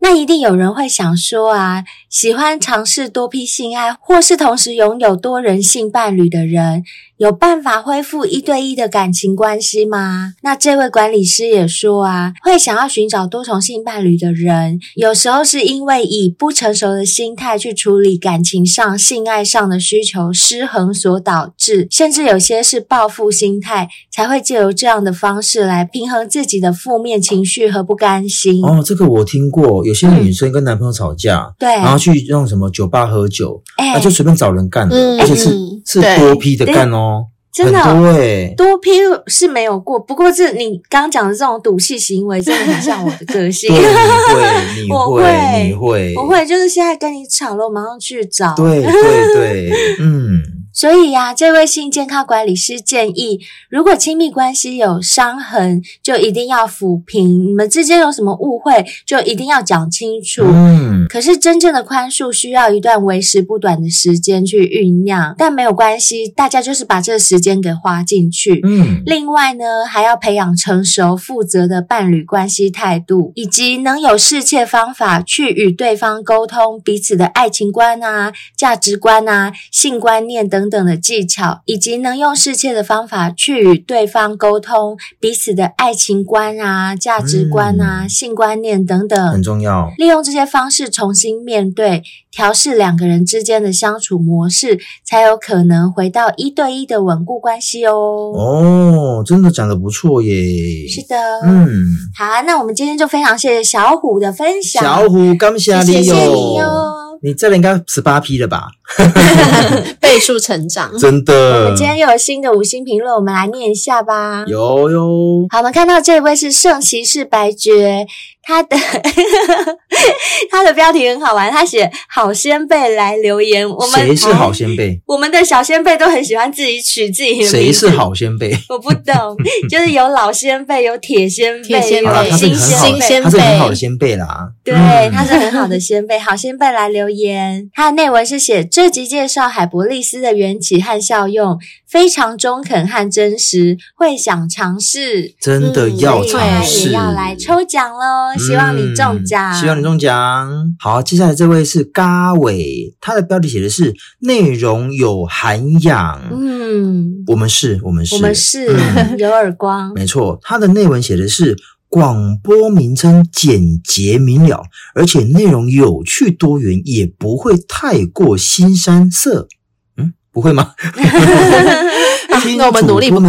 [SPEAKER 2] 那一定有人会想说啊，喜欢尝试多批性爱，或是同时拥有多人性伴侣的人，有办法恢复一对一的感情关系吗？那这位管理师也说啊，会想要寻找多重性伴侣的人，有时候是因为以不成熟的心态去处理感情上、性爱上的需求失衡所导致，甚至有些是报复心态，才会借由这样的方式来平衡自己的负面情绪和不甘心。
[SPEAKER 3] 哦，这个我听过，有些女生跟男朋友吵架，
[SPEAKER 2] 对，
[SPEAKER 3] 然后去那种什么酒吧喝酒，
[SPEAKER 2] 哎、
[SPEAKER 3] 啊，就随便找人干了，
[SPEAKER 1] 嗯
[SPEAKER 3] 而且是
[SPEAKER 1] 嗯
[SPEAKER 3] 是
[SPEAKER 1] 对
[SPEAKER 3] 多批的干哦，
[SPEAKER 2] 真的
[SPEAKER 3] 很多哎，
[SPEAKER 2] 多批是没有过，不过这你刚讲的这种赌气行为，真的很像我的个性。
[SPEAKER 3] 对，你
[SPEAKER 2] 我
[SPEAKER 3] 会，
[SPEAKER 2] 会
[SPEAKER 3] 你会，你
[SPEAKER 2] 我，会就是现在跟你吵了，我马上去找。
[SPEAKER 3] 对对对， 嗯，
[SPEAKER 2] 所以呀、这位性健康管理师建议，如果亲密关系有伤痕，就一定要抚平；你们之间有什么误会，就一定要讲清楚。
[SPEAKER 3] 嗯，
[SPEAKER 2] 可是真正的宽恕需要一段为时不短的时间去酝酿，但没有关系，大家就是把这个时间给花进去。
[SPEAKER 3] 嗯，
[SPEAKER 2] 另外呢，还要培养成熟、负责的伴侣关系态度，以及能有适切方法去与对方沟通彼此的爱情观啊、价值观啊、性观念等等的技巧，以及能用适切的方法去与对方沟通彼此的爱情观啊、价值观啊、
[SPEAKER 3] 嗯
[SPEAKER 2] 性观念等
[SPEAKER 3] 很
[SPEAKER 2] 等。
[SPEAKER 3] 重要，
[SPEAKER 2] 利用这些方式重新面对、调试两个人之间的相处模式，才有可能回到一对一的稳固关系
[SPEAKER 3] 哦，真的讲的不错耶，
[SPEAKER 2] 是的，嗯，
[SPEAKER 3] 嗯，
[SPEAKER 2] 好，那我们今天就非常谢谢小虎的分享，
[SPEAKER 3] 小虎，感谢
[SPEAKER 2] 谢
[SPEAKER 3] 你
[SPEAKER 2] 谢你
[SPEAKER 3] 哟。
[SPEAKER 2] 哦。
[SPEAKER 3] 你这个应该十八批了吧？
[SPEAKER 1] 倍数成长，
[SPEAKER 3] 真
[SPEAKER 2] 嗯我
[SPEAKER 3] 的
[SPEAKER 2] 们，今天又有新的五星评论，我们来念一下吧。
[SPEAKER 3] 有哟，
[SPEAKER 2] 好，我们看到这位是圣骑士白爵，他的 他的标题很好玩，他写“好先辈来留言”，我们
[SPEAKER 3] 谁是好先辈？
[SPEAKER 2] 我们的小先辈都很喜欢自己取自己的名字，
[SPEAKER 3] 谁是 好先辈？
[SPEAKER 2] 我不懂，就是有老先辈，有铁先
[SPEAKER 1] 铁
[SPEAKER 2] 辈，
[SPEAKER 1] 先
[SPEAKER 3] 好
[SPEAKER 1] 辈
[SPEAKER 2] 有
[SPEAKER 3] 啦，他是
[SPEAKER 2] 新
[SPEAKER 3] 很
[SPEAKER 1] 新
[SPEAKER 2] 先辈
[SPEAKER 3] 好
[SPEAKER 1] 鲜，
[SPEAKER 3] 他是很
[SPEAKER 1] 辈
[SPEAKER 3] 好的先辈啦。
[SPEAKER 2] 对，
[SPEAKER 3] 嗯
[SPEAKER 2] 他是很好的先 辈，好先辈来留言。他的内文是写这集介绍海博利斯的缘起和效用，非常中肯和真实，会想尝试。
[SPEAKER 3] 真的
[SPEAKER 1] 嗯
[SPEAKER 3] 要
[SPEAKER 2] 所
[SPEAKER 1] 对
[SPEAKER 2] 以
[SPEAKER 3] 尝
[SPEAKER 2] 他
[SPEAKER 3] 试，嗯
[SPEAKER 2] 也要来抽奖喽！希望你中奖，
[SPEAKER 3] 嗯希望你中奖。好，接下来这位是嘎伟，他的标题写的是“内容有涵养”
[SPEAKER 2] 嗯，
[SPEAKER 3] 我们是，我们是，
[SPEAKER 2] 我们是
[SPEAKER 3] 嗯
[SPEAKER 2] 有耳光，
[SPEAKER 3] 没错，它的内文写的是广播名称简洁明了，而且内容有趣多元，也不会太过新山色。嗯，不 会吗？听
[SPEAKER 1] 那我们努力不够
[SPEAKER 3] 主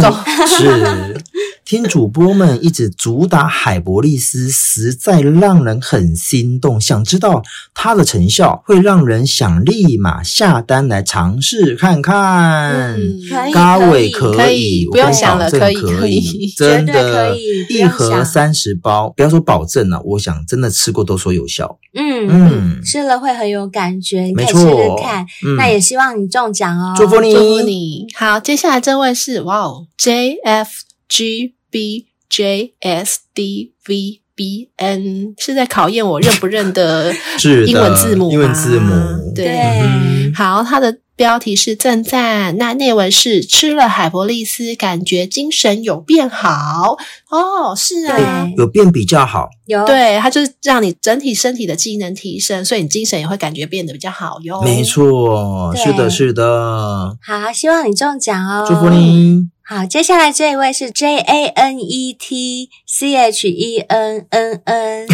[SPEAKER 3] 播们。是，听主播们一直主打海博利斯，实在让人很心动。想知道它的成效，会让人想立马下单来尝试看看。
[SPEAKER 1] 嗯
[SPEAKER 2] 可以
[SPEAKER 3] 咖
[SPEAKER 2] 可
[SPEAKER 3] 位
[SPEAKER 2] 以
[SPEAKER 1] 可
[SPEAKER 3] 以
[SPEAKER 1] 以，
[SPEAKER 3] 我
[SPEAKER 1] 不用
[SPEAKER 3] 跟你
[SPEAKER 1] 想
[SPEAKER 3] 保
[SPEAKER 1] 了
[SPEAKER 3] 证
[SPEAKER 1] 可
[SPEAKER 3] 可
[SPEAKER 1] 以可以
[SPEAKER 3] 真
[SPEAKER 2] 绝对
[SPEAKER 3] 的
[SPEAKER 2] 可以不
[SPEAKER 3] 一
[SPEAKER 2] 用
[SPEAKER 3] 盒
[SPEAKER 2] 想
[SPEAKER 3] 三十包，不要说保证了、我想真的吃过都说有效。
[SPEAKER 2] 嗯，
[SPEAKER 3] 嗯，
[SPEAKER 2] 吃了会很有感觉，你可
[SPEAKER 3] 没
[SPEAKER 2] 以
[SPEAKER 3] 错
[SPEAKER 2] 试试看。
[SPEAKER 3] 嗯
[SPEAKER 2] 那也希望你中奖哦，
[SPEAKER 3] 祝福你，
[SPEAKER 1] 祝福你。好，接下来这位是哇哦，J F G B J S D V B N，是在考验我认不认得
[SPEAKER 3] 是的
[SPEAKER 1] 英文字母吗？
[SPEAKER 3] 英文字母
[SPEAKER 1] 对。
[SPEAKER 2] 对
[SPEAKER 3] 嗯
[SPEAKER 1] 好，它的标题是赞赞，那内文是吃了海博利斯，感觉精神有变好哦，是啊
[SPEAKER 2] 对。
[SPEAKER 3] 有变比较好。
[SPEAKER 2] 有
[SPEAKER 1] 对，它就是让你整体身体的机能提升，所以你精神也会感觉变得比较好哟。
[SPEAKER 3] 没错，
[SPEAKER 2] 对
[SPEAKER 3] 是的，是的，
[SPEAKER 2] 好，希望你中奖哦！
[SPEAKER 3] 祝福你。
[SPEAKER 2] 好，接下来这一位是 J A N E T C H E N N N，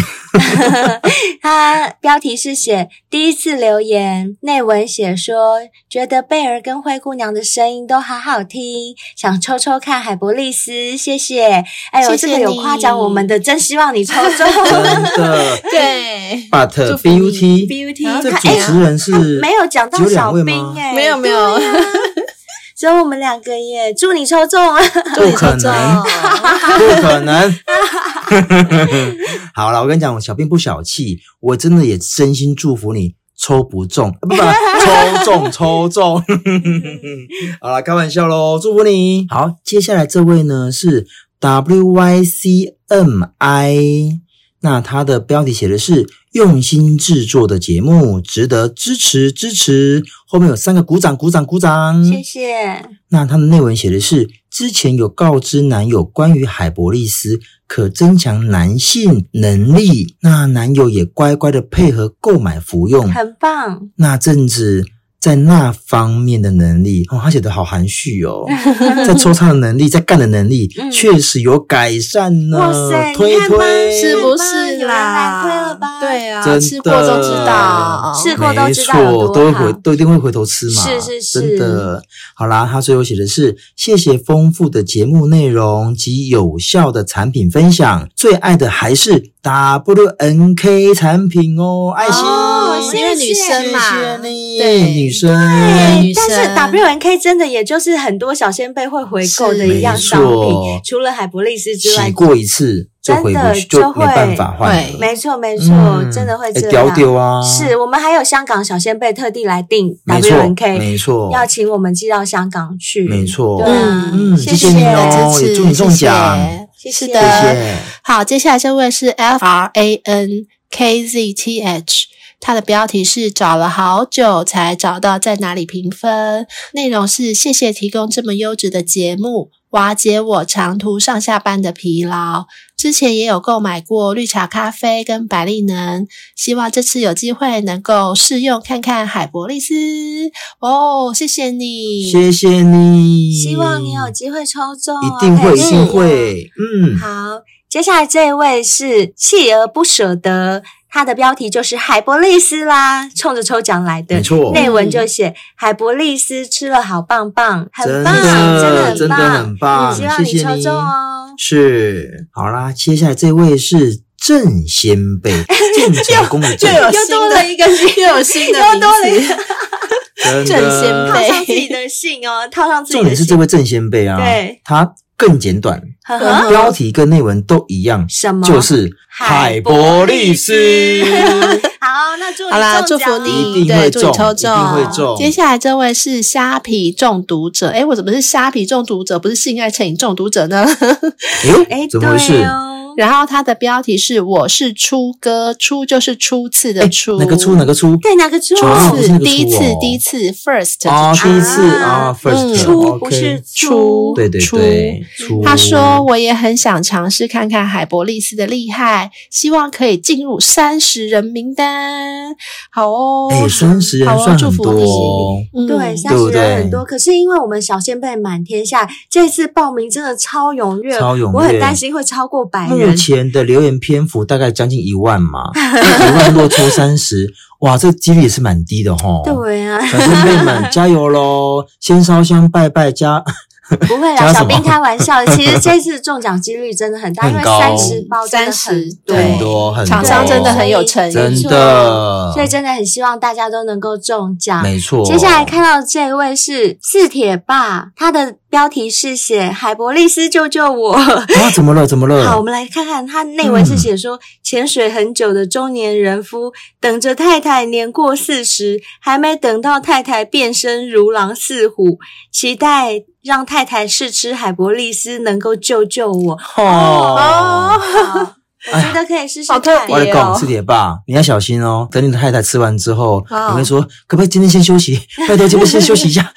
[SPEAKER 2] 他标题是写第一次留言，内文写说觉得贝儿跟灰姑娘的声音都好好听，想抽抽看海博利斯，谢谢。哎呦，
[SPEAKER 1] 谢谢
[SPEAKER 2] 这个有
[SPEAKER 1] 你
[SPEAKER 2] 夸奖我们的，真希望你抽 中。
[SPEAKER 3] 真的。
[SPEAKER 1] 对，
[SPEAKER 3] But
[SPEAKER 1] 祝福你
[SPEAKER 3] Beauty，
[SPEAKER 2] Beauty，
[SPEAKER 1] 啊
[SPEAKER 3] 这
[SPEAKER 2] 他
[SPEAKER 3] 主
[SPEAKER 2] 哎
[SPEAKER 3] 持人是
[SPEAKER 2] 没有讲到
[SPEAKER 3] 只有
[SPEAKER 2] 小
[SPEAKER 3] 两位
[SPEAKER 2] 兵
[SPEAKER 3] 吗？
[SPEAKER 2] 哎、
[SPEAKER 1] 没有没有，
[SPEAKER 2] 只有我们两个耶，祝你抽中啊！
[SPEAKER 3] 嗯
[SPEAKER 1] 祝你
[SPEAKER 3] 不可
[SPEAKER 1] 抽
[SPEAKER 3] 能
[SPEAKER 1] 中。
[SPEAKER 3] 不可能。 好了，我跟你讲，我小兵不小气，我真的也真心祝福你抽不 中，啊不不，抽中，抽中。 好了，开玩笑喽，祝福你。好，接下来这位呢是 W Y C M I，那它的标题写的是用心制作的节目，值得支持支持。后面有三个鼓掌，鼓掌，鼓掌。
[SPEAKER 2] 谢谢。
[SPEAKER 3] 那他的内文写的是，之前有告知男友关于海博利斯可增强男性能力，那男友也乖乖的配合购买服用。
[SPEAKER 2] 很棒，
[SPEAKER 3] 那阵子在那方面的能力，哦，他写的好含蓄 哦，在抽插的能力，在干的能力，
[SPEAKER 2] 嗯
[SPEAKER 3] 确实有改善呢。
[SPEAKER 2] 哇塞
[SPEAKER 3] 推
[SPEAKER 2] 你看吧
[SPEAKER 3] 推
[SPEAKER 1] 是不
[SPEAKER 2] 有人
[SPEAKER 1] 是
[SPEAKER 2] 来推了
[SPEAKER 1] 啦
[SPEAKER 2] 吧？
[SPEAKER 1] 对
[SPEAKER 3] 真
[SPEAKER 1] 啊，
[SPEAKER 3] 的
[SPEAKER 1] 吃过都知道。哦
[SPEAKER 2] 是吃过都知道
[SPEAKER 3] 没
[SPEAKER 2] 有多
[SPEAKER 3] 错，都会
[SPEAKER 2] 好
[SPEAKER 3] 回，都一定会回头吃嘛。
[SPEAKER 2] 是是是
[SPEAKER 3] 真的。好啦，他最后写的是谢谢丰富的节目内容及有效的产品分享，最爱的还是 WNK 产品哦，爱心。
[SPEAKER 2] 哦
[SPEAKER 1] 因为女生嘛，
[SPEAKER 3] 谢谢你，
[SPEAKER 1] 对
[SPEAKER 3] 女生。
[SPEAKER 1] 对女
[SPEAKER 2] 但是
[SPEAKER 1] 生
[SPEAKER 2] WNK 真的也就是很多小先辈会回购的
[SPEAKER 1] 是
[SPEAKER 2] 一样商
[SPEAKER 3] 没
[SPEAKER 2] 品
[SPEAKER 3] 错，
[SPEAKER 2] 除了海博利斯之外
[SPEAKER 3] 洗，过一次就回
[SPEAKER 2] 真
[SPEAKER 3] 不
[SPEAKER 2] 的
[SPEAKER 3] 去，就
[SPEAKER 2] 就
[SPEAKER 3] 没办法
[SPEAKER 2] 会
[SPEAKER 3] 换了
[SPEAKER 1] 会。
[SPEAKER 2] 没错没错，
[SPEAKER 3] 嗯
[SPEAKER 2] 真的会
[SPEAKER 3] 哎
[SPEAKER 2] 这
[SPEAKER 3] 屌
[SPEAKER 2] 样。
[SPEAKER 3] 屌啊！
[SPEAKER 2] 是我们还有香港小先辈特地来订
[SPEAKER 3] 没错，
[SPEAKER 2] WNK，
[SPEAKER 3] 没错，
[SPEAKER 2] 要请我们寄到香港去。
[SPEAKER 3] 没错
[SPEAKER 2] 对啊
[SPEAKER 3] 嗯嗯
[SPEAKER 2] 谢
[SPEAKER 3] 谢谢你哦
[SPEAKER 1] 支持
[SPEAKER 3] 也祝你中奖
[SPEAKER 1] 谢谢
[SPEAKER 2] 谢谢
[SPEAKER 1] 是
[SPEAKER 2] 谢
[SPEAKER 1] 的，
[SPEAKER 3] 谢谢。
[SPEAKER 1] 好，接下来这位是 F R A N K Z T H，它的标题是找了好久才找到在哪里评分，内容是谢谢提供这么优质的节目，瓦解我长途上下班的疲劳。之前也有购买过绿茶咖啡跟百利能，希望这次有机会能够试用看看海博利斯哦，谢谢你，
[SPEAKER 3] 谢谢你，
[SPEAKER 2] 希望你有机会抽中哦，
[SPEAKER 3] 一定会，
[SPEAKER 2] 开
[SPEAKER 3] 一
[SPEAKER 2] 心
[SPEAKER 3] 定
[SPEAKER 2] 哦
[SPEAKER 3] 会，嗯，
[SPEAKER 2] 好，接下来这一位是锲而不舍得，他的标题就是海博利斯啦，冲着抽奖来的
[SPEAKER 3] 没。错，
[SPEAKER 2] 内文就写海博利斯吃了好棒棒，很
[SPEAKER 3] 真
[SPEAKER 2] 棒，
[SPEAKER 3] 的
[SPEAKER 2] 真
[SPEAKER 3] 真
[SPEAKER 2] 的
[SPEAKER 3] 的
[SPEAKER 2] 很
[SPEAKER 3] 很棒，
[SPEAKER 2] 希望
[SPEAKER 3] 谢
[SPEAKER 2] 你
[SPEAKER 3] 谢
[SPEAKER 2] 抽
[SPEAKER 3] 你
[SPEAKER 2] 中。哦。
[SPEAKER 3] 是，好啦，接下来这位是郑先辈， 郑成功的郑，
[SPEAKER 2] 又多了一个
[SPEAKER 1] 又有新的
[SPEAKER 2] 又多了一
[SPEAKER 1] 名
[SPEAKER 2] 个
[SPEAKER 1] 字
[SPEAKER 3] 真
[SPEAKER 1] 郑先
[SPEAKER 2] 套
[SPEAKER 1] 辈
[SPEAKER 3] 的，
[SPEAKER 2] 上自己的姓 哦，套上自己
[SPEAKER 3] 重
[SPEAKER 2] 的
[SPEAKER 3] 点是这
[SPEAKER 2] 姓。
[SPEAKER 3] 位郑先辈啊，
[SPEAKER 2] 对
[SPEAKER 3] 他更简短，
[SPEAKER 2] 呵呵
[SPEAKER 3] 标题跟内文都一样，
[SPEAKER 2] 什么？
[SPEAKER 3] 就是
[SPEAKER 2] 海
[SPEAKER 3] 博
[SPEAKER 2] 利
[SPEAKER 3] 利
[SPEAKER 2] 斯
[SPEAKER 3] 斯。
[SPEAKER 2] 好，那祝你
[SPEAKER 1] 好啦，
[SPEAKER 2] 中
[SPEAKER 1] 祝福
[SPEAKER 2] 奖
[SPEAKER 3] 一
[SPEAKER 1] 你，
[SPEAKER 3] 定会
[SPEAKER 1] 对，祝你
[SPEAKER 3] 中
[SPEAKER 1] 抽
[SPEAKER 3] 一定会中
[SPEAKER 1] 接下来这位是虾皮中毒者，诶，我怎么是虾皮中毒者，不是性爱成瘾中毒者呢？
[SPEAKER 3] 哎
[SPEAKER 2] 哎，
[SPEAKER 3] 呦，怎么回事
[SPEAKER 2] 对？哦，
[SPEAKER 1] 然后它的标题是“我是初哥”，初就是初次的初，
[SPEAKER 3] 哪个出哪个出？
[SPEAKER 2] 对，哪个出？
[SPEAKER 3] 啊
[SPEAKER 1] 初
[SPEAKER 3] 不是那
[SPEAKER 1] 次，
[SPEAKER 3] 个
[SPEAKER 1] 第一次
[SPEAKER 3] 初哦，
[SPEAKER 1] 第一次，first
[SPEAKER 3] 哦，第一次
[SPEAKER 2] 啊
[SPEAKER 3] 啊，first
[SPEAKER 2] 出
[SPEAKER 3] OK
[SPEAKER 2] 不是哦出
[SPEAKER 1] 出，
[SPEAKER 3] 对对
[SPEAKER 1] 出
[SPEAKER 3] 对，出
[SPEAKER 1] 他说：“我也很想尝试看看海博利斯的厉害，希望可以进入三十人名单。”好哦，
[SPEAKER 3] 哎，三十人
[SPEAKER 1] 好哦
[SPEAKER 3] 算
[SPEAKER 1] 祝
[SPEAKER 3] 很
[SPEAKER 1] 福
[SPEAKER 3] 多
[SPEAKER 1] 你
[SPEAKER 3] 哦。
[SPEAKER 1] 嗯
[SPEAKER 2] 对，三
[SPEAKER 3] 对
[SPEAKER 2] 十
[SPEAKER 3] 不
[SPEAKER 2] 人
[SPEAKER 3] 对
[SPEAKER 2] 很多，可是因为我们小先辈满天下，这次报名真的超踊跃，
[SPEAKER 3] 超踊跃
[SPEAKER 2] 我很担心会超过百
[SPEAKER 3] 目
[SPEAKER 2] 人。
[SPEAKER 3] 前的留言篇幅大概将近一万嘛，一万多抽三十，哇，这几率也是蛮低的哈。
[SPEAKER 2] 对啊，
[SPEAKER 3] 小先辈们加油喽！先烧香拜拜加，
[SPEAKER 2] 不会啦，
[SPEAKER 3] 加什
[SPEAKER 2] 小
[SPEAKER 3] 么
[SPEAKER 2] 兵开玩 笑。其实这次中奖几率真的很大，因为
[SPEAKER 3] 很高
[SPEAKER 2] 三十包真的很
[SPEAKER 1] 30
[SPEAKER 2] 多
[SPEAKER 1] 对
[SPEAKER 3] 很多哦很多，
[SPEAKER 1] 厂商真的很有诚意
[SPEAKER 3] 真
[SPEAKER 2] 没错
[SPEAKER 3] 的，
[SPEAKER 2] 所以真的很希望大家都能够中奖。
[SPEAKER 3] 没
[SPEAKER 2] 啊
[SPEAKER 3] 错。
[SPEAKER 2] 接下来看到这一位是四铁爸，他的标题是写“海博利斯救救我”，
[SPEAKER 3] 啊，怎么了？怎么了？
[SPEAKER 2] 好，我们来看看他内文
[SPEAKER 3] 嗯
[SPEAKER 2] 是写说，潜水很久的中年人夫等着太太年过四十，还没等到太太变身如狼似虎，期待让太太试吃海博利斯能够救救我。
[SPEAKER 3] 哦，
[SPEAKER 2] 好我觉得可以试试
[SPEAKER 1] 好
[SPEAKER 2] 看
[SPEAKER 1] 特。
[SPEAKER 3] 我
[SPEAKER 1] 别
[SPEAKER 3] 来讲是铁爸，你要小心哦。等你的太太吃完之后，
[SPEAKER 1] 哦
[SPEAKER 3] 你会说：“可不可以今天先休息？拜托，今天先休息一下。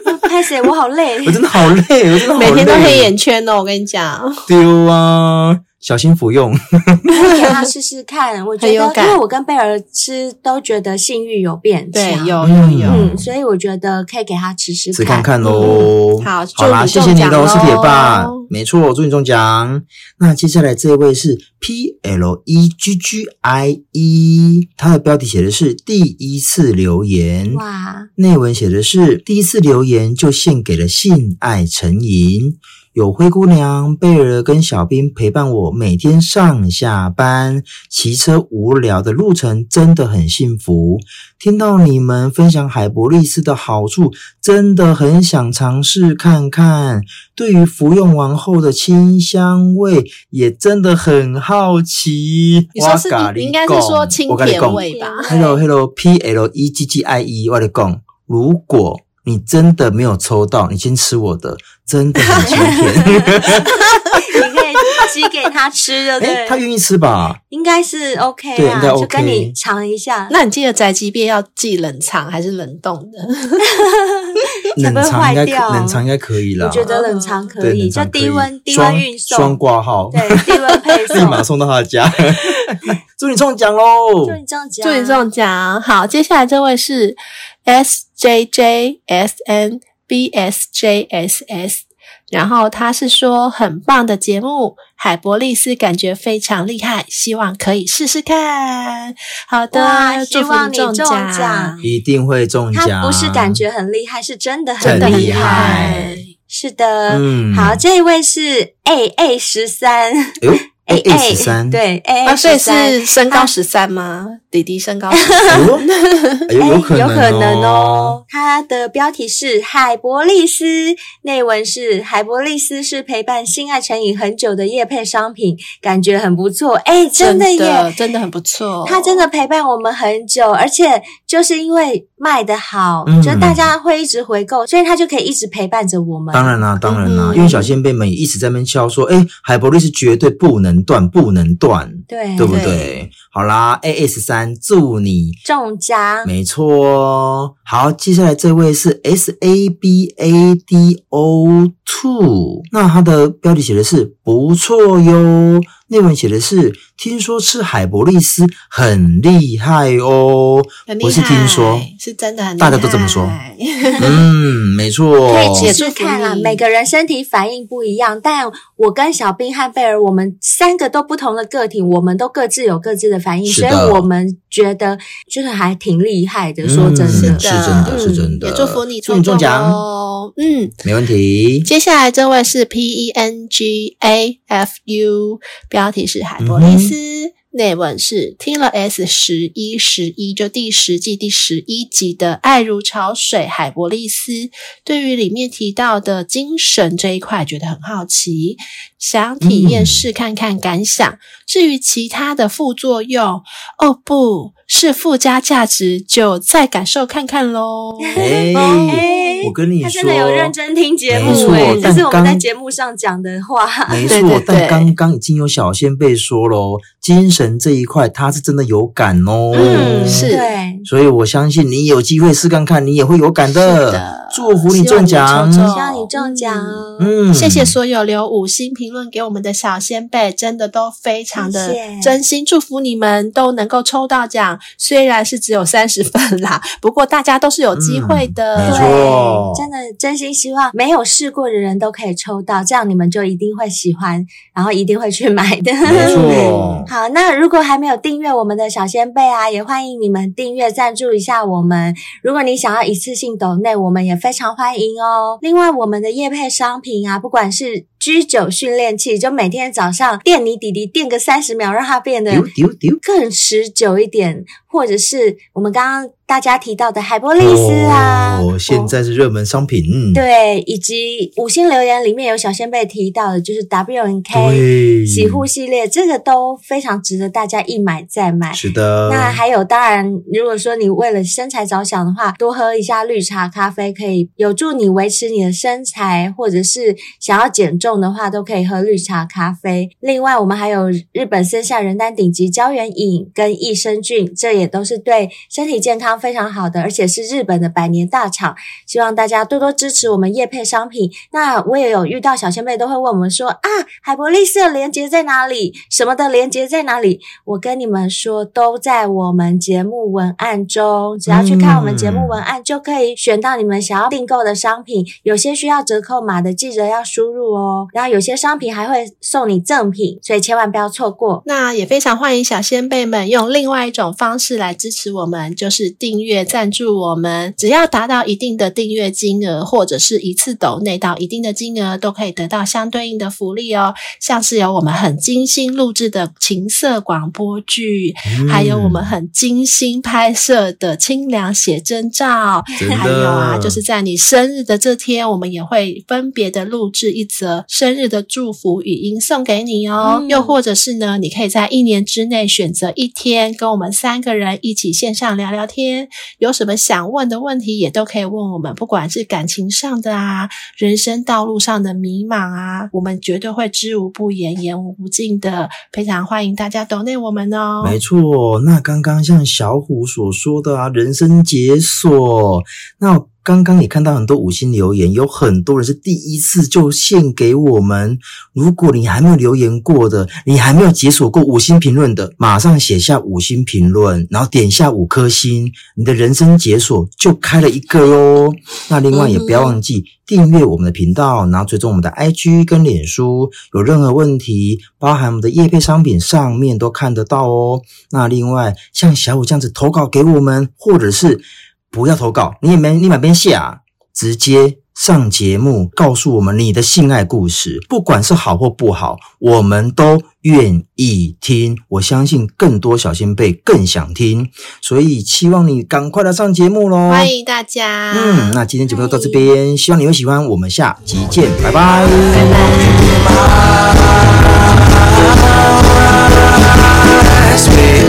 [SPEAKER 2] 拍谁？我好累
[SPEAKER 3] 我。真的好累，我真的好累
[SPEAKER 1] 哦每天都黑眼圈哦，我跟你讲，
[SPEAKER 3] 丢啊！小心服用。
[SPEAKER 2] 给他试试看。我觉
[SPEAKER 1] 很有
[SPEAKER 2] 得，
[SPEAKER 1] 感
[SPEAKER 2] 因为我跟贝尔吃都觉得性欲有变
[SPEAKER 1] 对，
[SPEAKER 2] 强，
[SPEAKER 1] 有有
[SPEAKER 3] 嗯
[SPEAKER 1] 有。
[SPEAKER 2] 嗯，所以我觉得可以给他吃吃
[SPEAKER 3] 只看看喽、
[SPEAKER 1] 嗯好
[SPEAKER 3] 好啦，谢
[SPEAKER 1] 祝
[SPEAKER 3] 谢
[SPEAKER 1] 你中奖
[SPEAKER 3] 你喽，
[SPEAKER 1] 咯
[SPEAKER 3] 是铁爸，没错，祝你中奖。那接下来这位是 P L E G G I E，它的标题写的是第一次留言，
[SPEAKER 2] 哇，
[SPEAKER 3] 内文写的是第一次留言就献给了性爱成瘾，有灰姑娘、贝尔跟小兵陪伴我每天上下班，骑车无聊的路程真的很幸福。听到你们分享海博利斯的好处，真的很想尝试看看。对于服用完后的清香味，也真的很好奇。
[SPEAKER 1] 你说是你，你应该是说清
[SPEAKER 3] 我跟你
[SPEAKER 1] 甜
[SPEAKER 3] 讲
[SPEAKER 1] 味吧？
[SPEAKER 2] 啊
[SPEAKER 3] Hello Hello P L E G G I E，我的讲，如果你真的没有抽到，你先吃我的，真的很清 甜。
[SPEAKER 2] 你可以寄给他吃的，
[SPEAKER 3] 哎、
[SPEAKER 2] 对
[SPEAKER 3] 他
[SPEAKER 2] 不对，
[SPEAKER 3] 愿意吃吧？
[SPEAKER 2] 应该是 OK
[SPEAKER 3] 对应
[SPEAKER 2] 啊，
[SPEAKER 3] 该
[SPEAKER 2] 就跟
[SPEAKER 3] OK
[SPEAKER 2] 你尝一下，
[SPEAKER 1] 那你记得宅急便要寄冷藏还是冷冻的？
[SPEAKER 2] 才
[SPEAKER 3] 冷
[SPEAKER 2] 不会
[SPEAKER 3] 藏
[SPEAKER 2] 坏
[SPEAKER 3] 应该可，
[SPEAKER 2] 掉。
[SPEAKER 3] 冷藏应该可以啦。
[SPEAKER 2] 我觉得冷藏可
[SPEAKER 3] 对，
[SPEAKER 2] 以，
[SPEAKER 3] 冷
[SPEAKER 2] 就
[SPEAKER 3] 藏可以
[SPEAKER 2] 低温低
[SPEAKER 3] 双
[SPEAKER 2] 温运
[SPEAKER 3] 双
[SPEAKER 2] 送，
[SPEAKER 3] 挂号，
[SPEAKER 2] 对，低温配
[SPEAKER 3] 立马
[SPEAKER 2] 送，
[SPEAKER 3] 送到他 的家。祝你中奖喽！
[SPEAKER 2] 祝你中奖，
[SPEAKER 1] 祝你中奖！好，接下来这位是 S J J S N B S J S S，然后他是说很棒的节目，海博利斯感觉非常厉害，希望可以试试看。好
[SPEAKER 2] 哇
[SPEAKER 1] 的，
[SPEAKER 2] 希
[SPEAKER 1] 祝福
[SPEAKER 2] 望
[SPEAKER 1] 你
[SPEAKER 2] 你中
[SPEAKER 1] 奖
[SPEAKER 2] 奖，
[SPEAKER 3] 一定会中奖。
[SPEAKER 2] 他不是感觉很厉害，是真的很
[SPEAKER 1] 真的很
[SPEAKER 3] 厉
[SPEAKER 2] 厉
[SPEAKER 3] 害
[SPEAKER 2] 是的，
[SPEAKER 3] 嗯
[SPEAKER 2] 好，这一位是 A A 十三
[SPEAKER 3] 哎呦
[SPEAKER 2] A
[SPEAKER 3] A 十三，
[SPEAKER 2] 对 A
[SPEAKER 1] 啊！
[SPEAKER 2] A
[SPEAKER 1] 所以
[SPEAKER 2] 十三，
[SPEAKER 1] 是身高
[SPEAKER 2] 他
[SPEAKER 1] 十三吗？弟弟身 高 13,
[SPEAKER 3] 哎呦，哎呦，
[SPEAKER 2] 哎
[SPEAKER 3] 有可能、哦，
[SPEAKER 2] 哦。它的标题是海博利斯，内文是海博利斯是陪伴性爱成瘾很久的夜配商品，感觉很不错。哎，真的哦
[SPEAKER 1] 的
[SPEAKER 2] 耶！
[SPEAKER 1] 真的很不错。哦
[SPEAKER 2] 它真的陪伴我们很久，而且就是因为卖的好，
[SPEAKER 3] 嗯
[SPEAKER 2] 就大家会一直回购，所以它就可以一直陪伴着我们。
[SPEAKER 3] 当然啦，当然啦，
[SPEAKER 1] 嗯
[SPEAKER 3] 因为小先辈们也一直在那边敲说，哎、海博利是绝对不能断，不能断，
[SPEAKER 2] 对
[SPEAKER 3] 对不对？
[SPEAKER 1] 哎对
[SPEAKER 3] 好啦，A S 三，祝你。
[SPEAKER 2] 中奖，
[SPEAKER 3] 没错，好，接下来这位是 S A B A D O two，那它的标题写的是不错哟，内文写的是听说吃海博利斯很厉害哦，
[SPEAKER 1] 很厉害
[SPEAKER 3] 不是听说，
[SPEAKER 1] 是真的很厉
[SPEAKER 3] 大
[SPEAKER 1] 害，
[SPEAKER 3] 家都这 么说嗯，没错，
[SPEAKER 2] 可以
[SPEAKER 1] 也
[SPEAKER 2] 试试
[SPEAKER 1] 祝福
[SPEAKER 2] 看啦。
[SPEAKER 1] 你
[SPEAKER 2] 每个人身体反应不一样，但我跟小兵和贝尔，我们三个都不同的个体，我们都各自有各自的反应，
[SPEAKER 3] 是
[SPEAKER 2] 所
[SPEAKER 3] 的嗯
[SPEAKER 2] 以我们觉得就是还挺厉害的。说真
[SPEAKER 3] 是
[SPEAKER 2] 的，
[SPEAKER 3] 是真的，是真
[SPEAKER 1] 嗯
[SPEAKER 3] 的。
[SPEAKER 1] 也祝福你
[SPEAKER 3] 祝你中奖，
[SPEAKER 1] 哦。嗯，
[SPEAKER 3] 没问题。
[SPEAKER 1] 接下来这位是 P E N G A F U，标题是海博利斯，内文是听了 S 十一十一就第十季第十一集的《爱如潮水》海博利斯，对于里面提到的精神这一块觉得很好奇，想体验试看看感想。至于其他的副作用，哦不是附加价值，就再感受看看喽。
[SPEAKER 3] 哎
[SPEAKER 2] 哎，
[SPEAKER 3] 我跟你
[SPEAKER 2] 他
[SPEAKER 3] 说，
[SPEAKER 2] 真的有认真听节目
[SPEAKER 1] 没错
[SPEAKER 2] 哎，这
[SPEAKER 3] 但
[SPEAKER 2] 是我们在
[SPEAKER 3] 刚
[SPEAKER 2] 节目上讲的话。
[SPEAKER 3] 没
[SPEAKER 1] 啊对
[SPEAKER 3] 错
[SPEAKER 1] 对，
[SPEAKER 3] 但
[SPEAKER 1] 对
[SPEAKER 3] 刚刚已经有小先辈说喽，精神这一块他是真的有感哦。
[SPEAKER 1] 嗯是
[SPEAKER 2] 对，
[SPEAKER 3] 所以我相信你有机会试看看，你也会有感的。
[SPEAKER 1] 是的
[SPEAKER 3] 祝福你中奖。
[SPEAKER 1] 希望你抽中
[SPEAKER 2] 希望你中奖哦。
[SPEAKER 3] 嗯，
[SPEAKER 1] 谢谢所有留五星评论给我们的小先辈，真的都非常的
[SPEAKER 2] 谢谢
[SPEAKER 1] 真心祝福你们都能够抽到奖。虽然是只有三十分啦，不过大家都是有机会的。
[SPEAKER 3] 嗯没错
[SPEAKER 2] 对，真的真心希望没有试过的人都可以抽到，这样你们就一定会喜欢，然后一定会去买 的。
[SPEAKER 3] 没错，
[SPEAKER 2] 好，那如果还没有订阅我们的小先贝啊，也欢迎你们订阅赞助一下我们。如果你想要一次性抖内，我们也非常欢迎哦。另外，我们的夜配商品啊，不管是 G 九训练器，就每天早上电你弟弟电个三十秒，让它变得
[SPEAKER 3] 丢丢丢。
[SPEAKER 2] 更持久一点，或者是我们刚刚大家提到的海波利斯啊，
[SPEAKER 3] 哦，现在是热门商品。
[SPEAKER 2] 对，以及五星留言里面有小仙贝提到的，就是 W N K
[SPEAKER 3] 对，
[SPEAKER 2] 洗护系列，这个都非常值得大家一买再买。
[SPEAKER 3] 是的。
[SPEAKER 2] 那还有，当然，如果说你为了身材着想的话，多喝一下绿茶、咖啡，可以有助你维持你的身材，或者是想要减重动的话，都可以喝绿茶咖啡。另外，我们还有日本森下仁丹顶级胶原饮跟益生菌，这也都是对身体健康非常好的，而且是日本的百年大厂。希望大家多多支持我们叶配商品。那我也有遇到小仙妹都会问我们说啊，海博利斯的连接在哪里？什么的连接在哪里？我跟你们说，都在我们节目文案中，只要去看我们节目文案，就可以选到你们想要订购的商品。有些需要折扣码的，记得要输入哦。然后有些商品还会送你赠品，所以千万不要错过。
[SPEAKER 1] 那也非常欢迎小先辈们用另外一种方式来支持我们，就是订阅赞助我们。只要达到一定的订阅金额，或者是一次抖内到一定的金额，都可以得到相对应的福利哦。像是有我们很精心录制的情色广播剧，
[SPEAKER 3] 嗯
[SPEAKER 1] 还有我们很精心拍摄的清凉写真照，
[SPEAKER 3] 真的
[SPEAKER 1] 还有啊，就是在你生日的这天，我们也会分别的录制一则生日的祝福语音送给你哦。
[SPEAKER 2] 嗯
[SPEAKER 1] 又或者是呢，你可以在一年之内选择一天，跟我们三个人一起线上聊聊天，有什么想问的问题也都可以问我们，不管是感情上的啊，人生道路上的迷茫啊，我们绝对会知无不言，言无不尽的。非常欢迎大家 donate 我们哦。
[SPEAKER 3] 没错，那刚刚像小虎所说的啊，人生解锁。那刚刚也看到很多五星留言，有很多人是第一次就献给我们。如果你还没有留言过的，你还没有解锁过五星评论的，马上写下五星评论，然后点下五颗星，你的人生解锁就开了一个哟。那另外也不要忘记订阅我们的频道，然后追踪我们的 IG 跟脸书，有任何问题，包含我们的业配商品上面都看得到哦。那另外像小五这样子投稿给我们，或者是不要投稿，你也没你满边下，直接上节目告诉我们你的性爱故事，不管是好或不好，我们都愿意听。我相信更多小先辈更想听，所以期望你赶快来上节目喽！
[SPEAKER 1] 欢迎大家。
[SPEAKER 3] 嗯，那今天节目就到这边，希望你会喜欢，我们下集见，拜拜。
[SPEAKER 4] Speak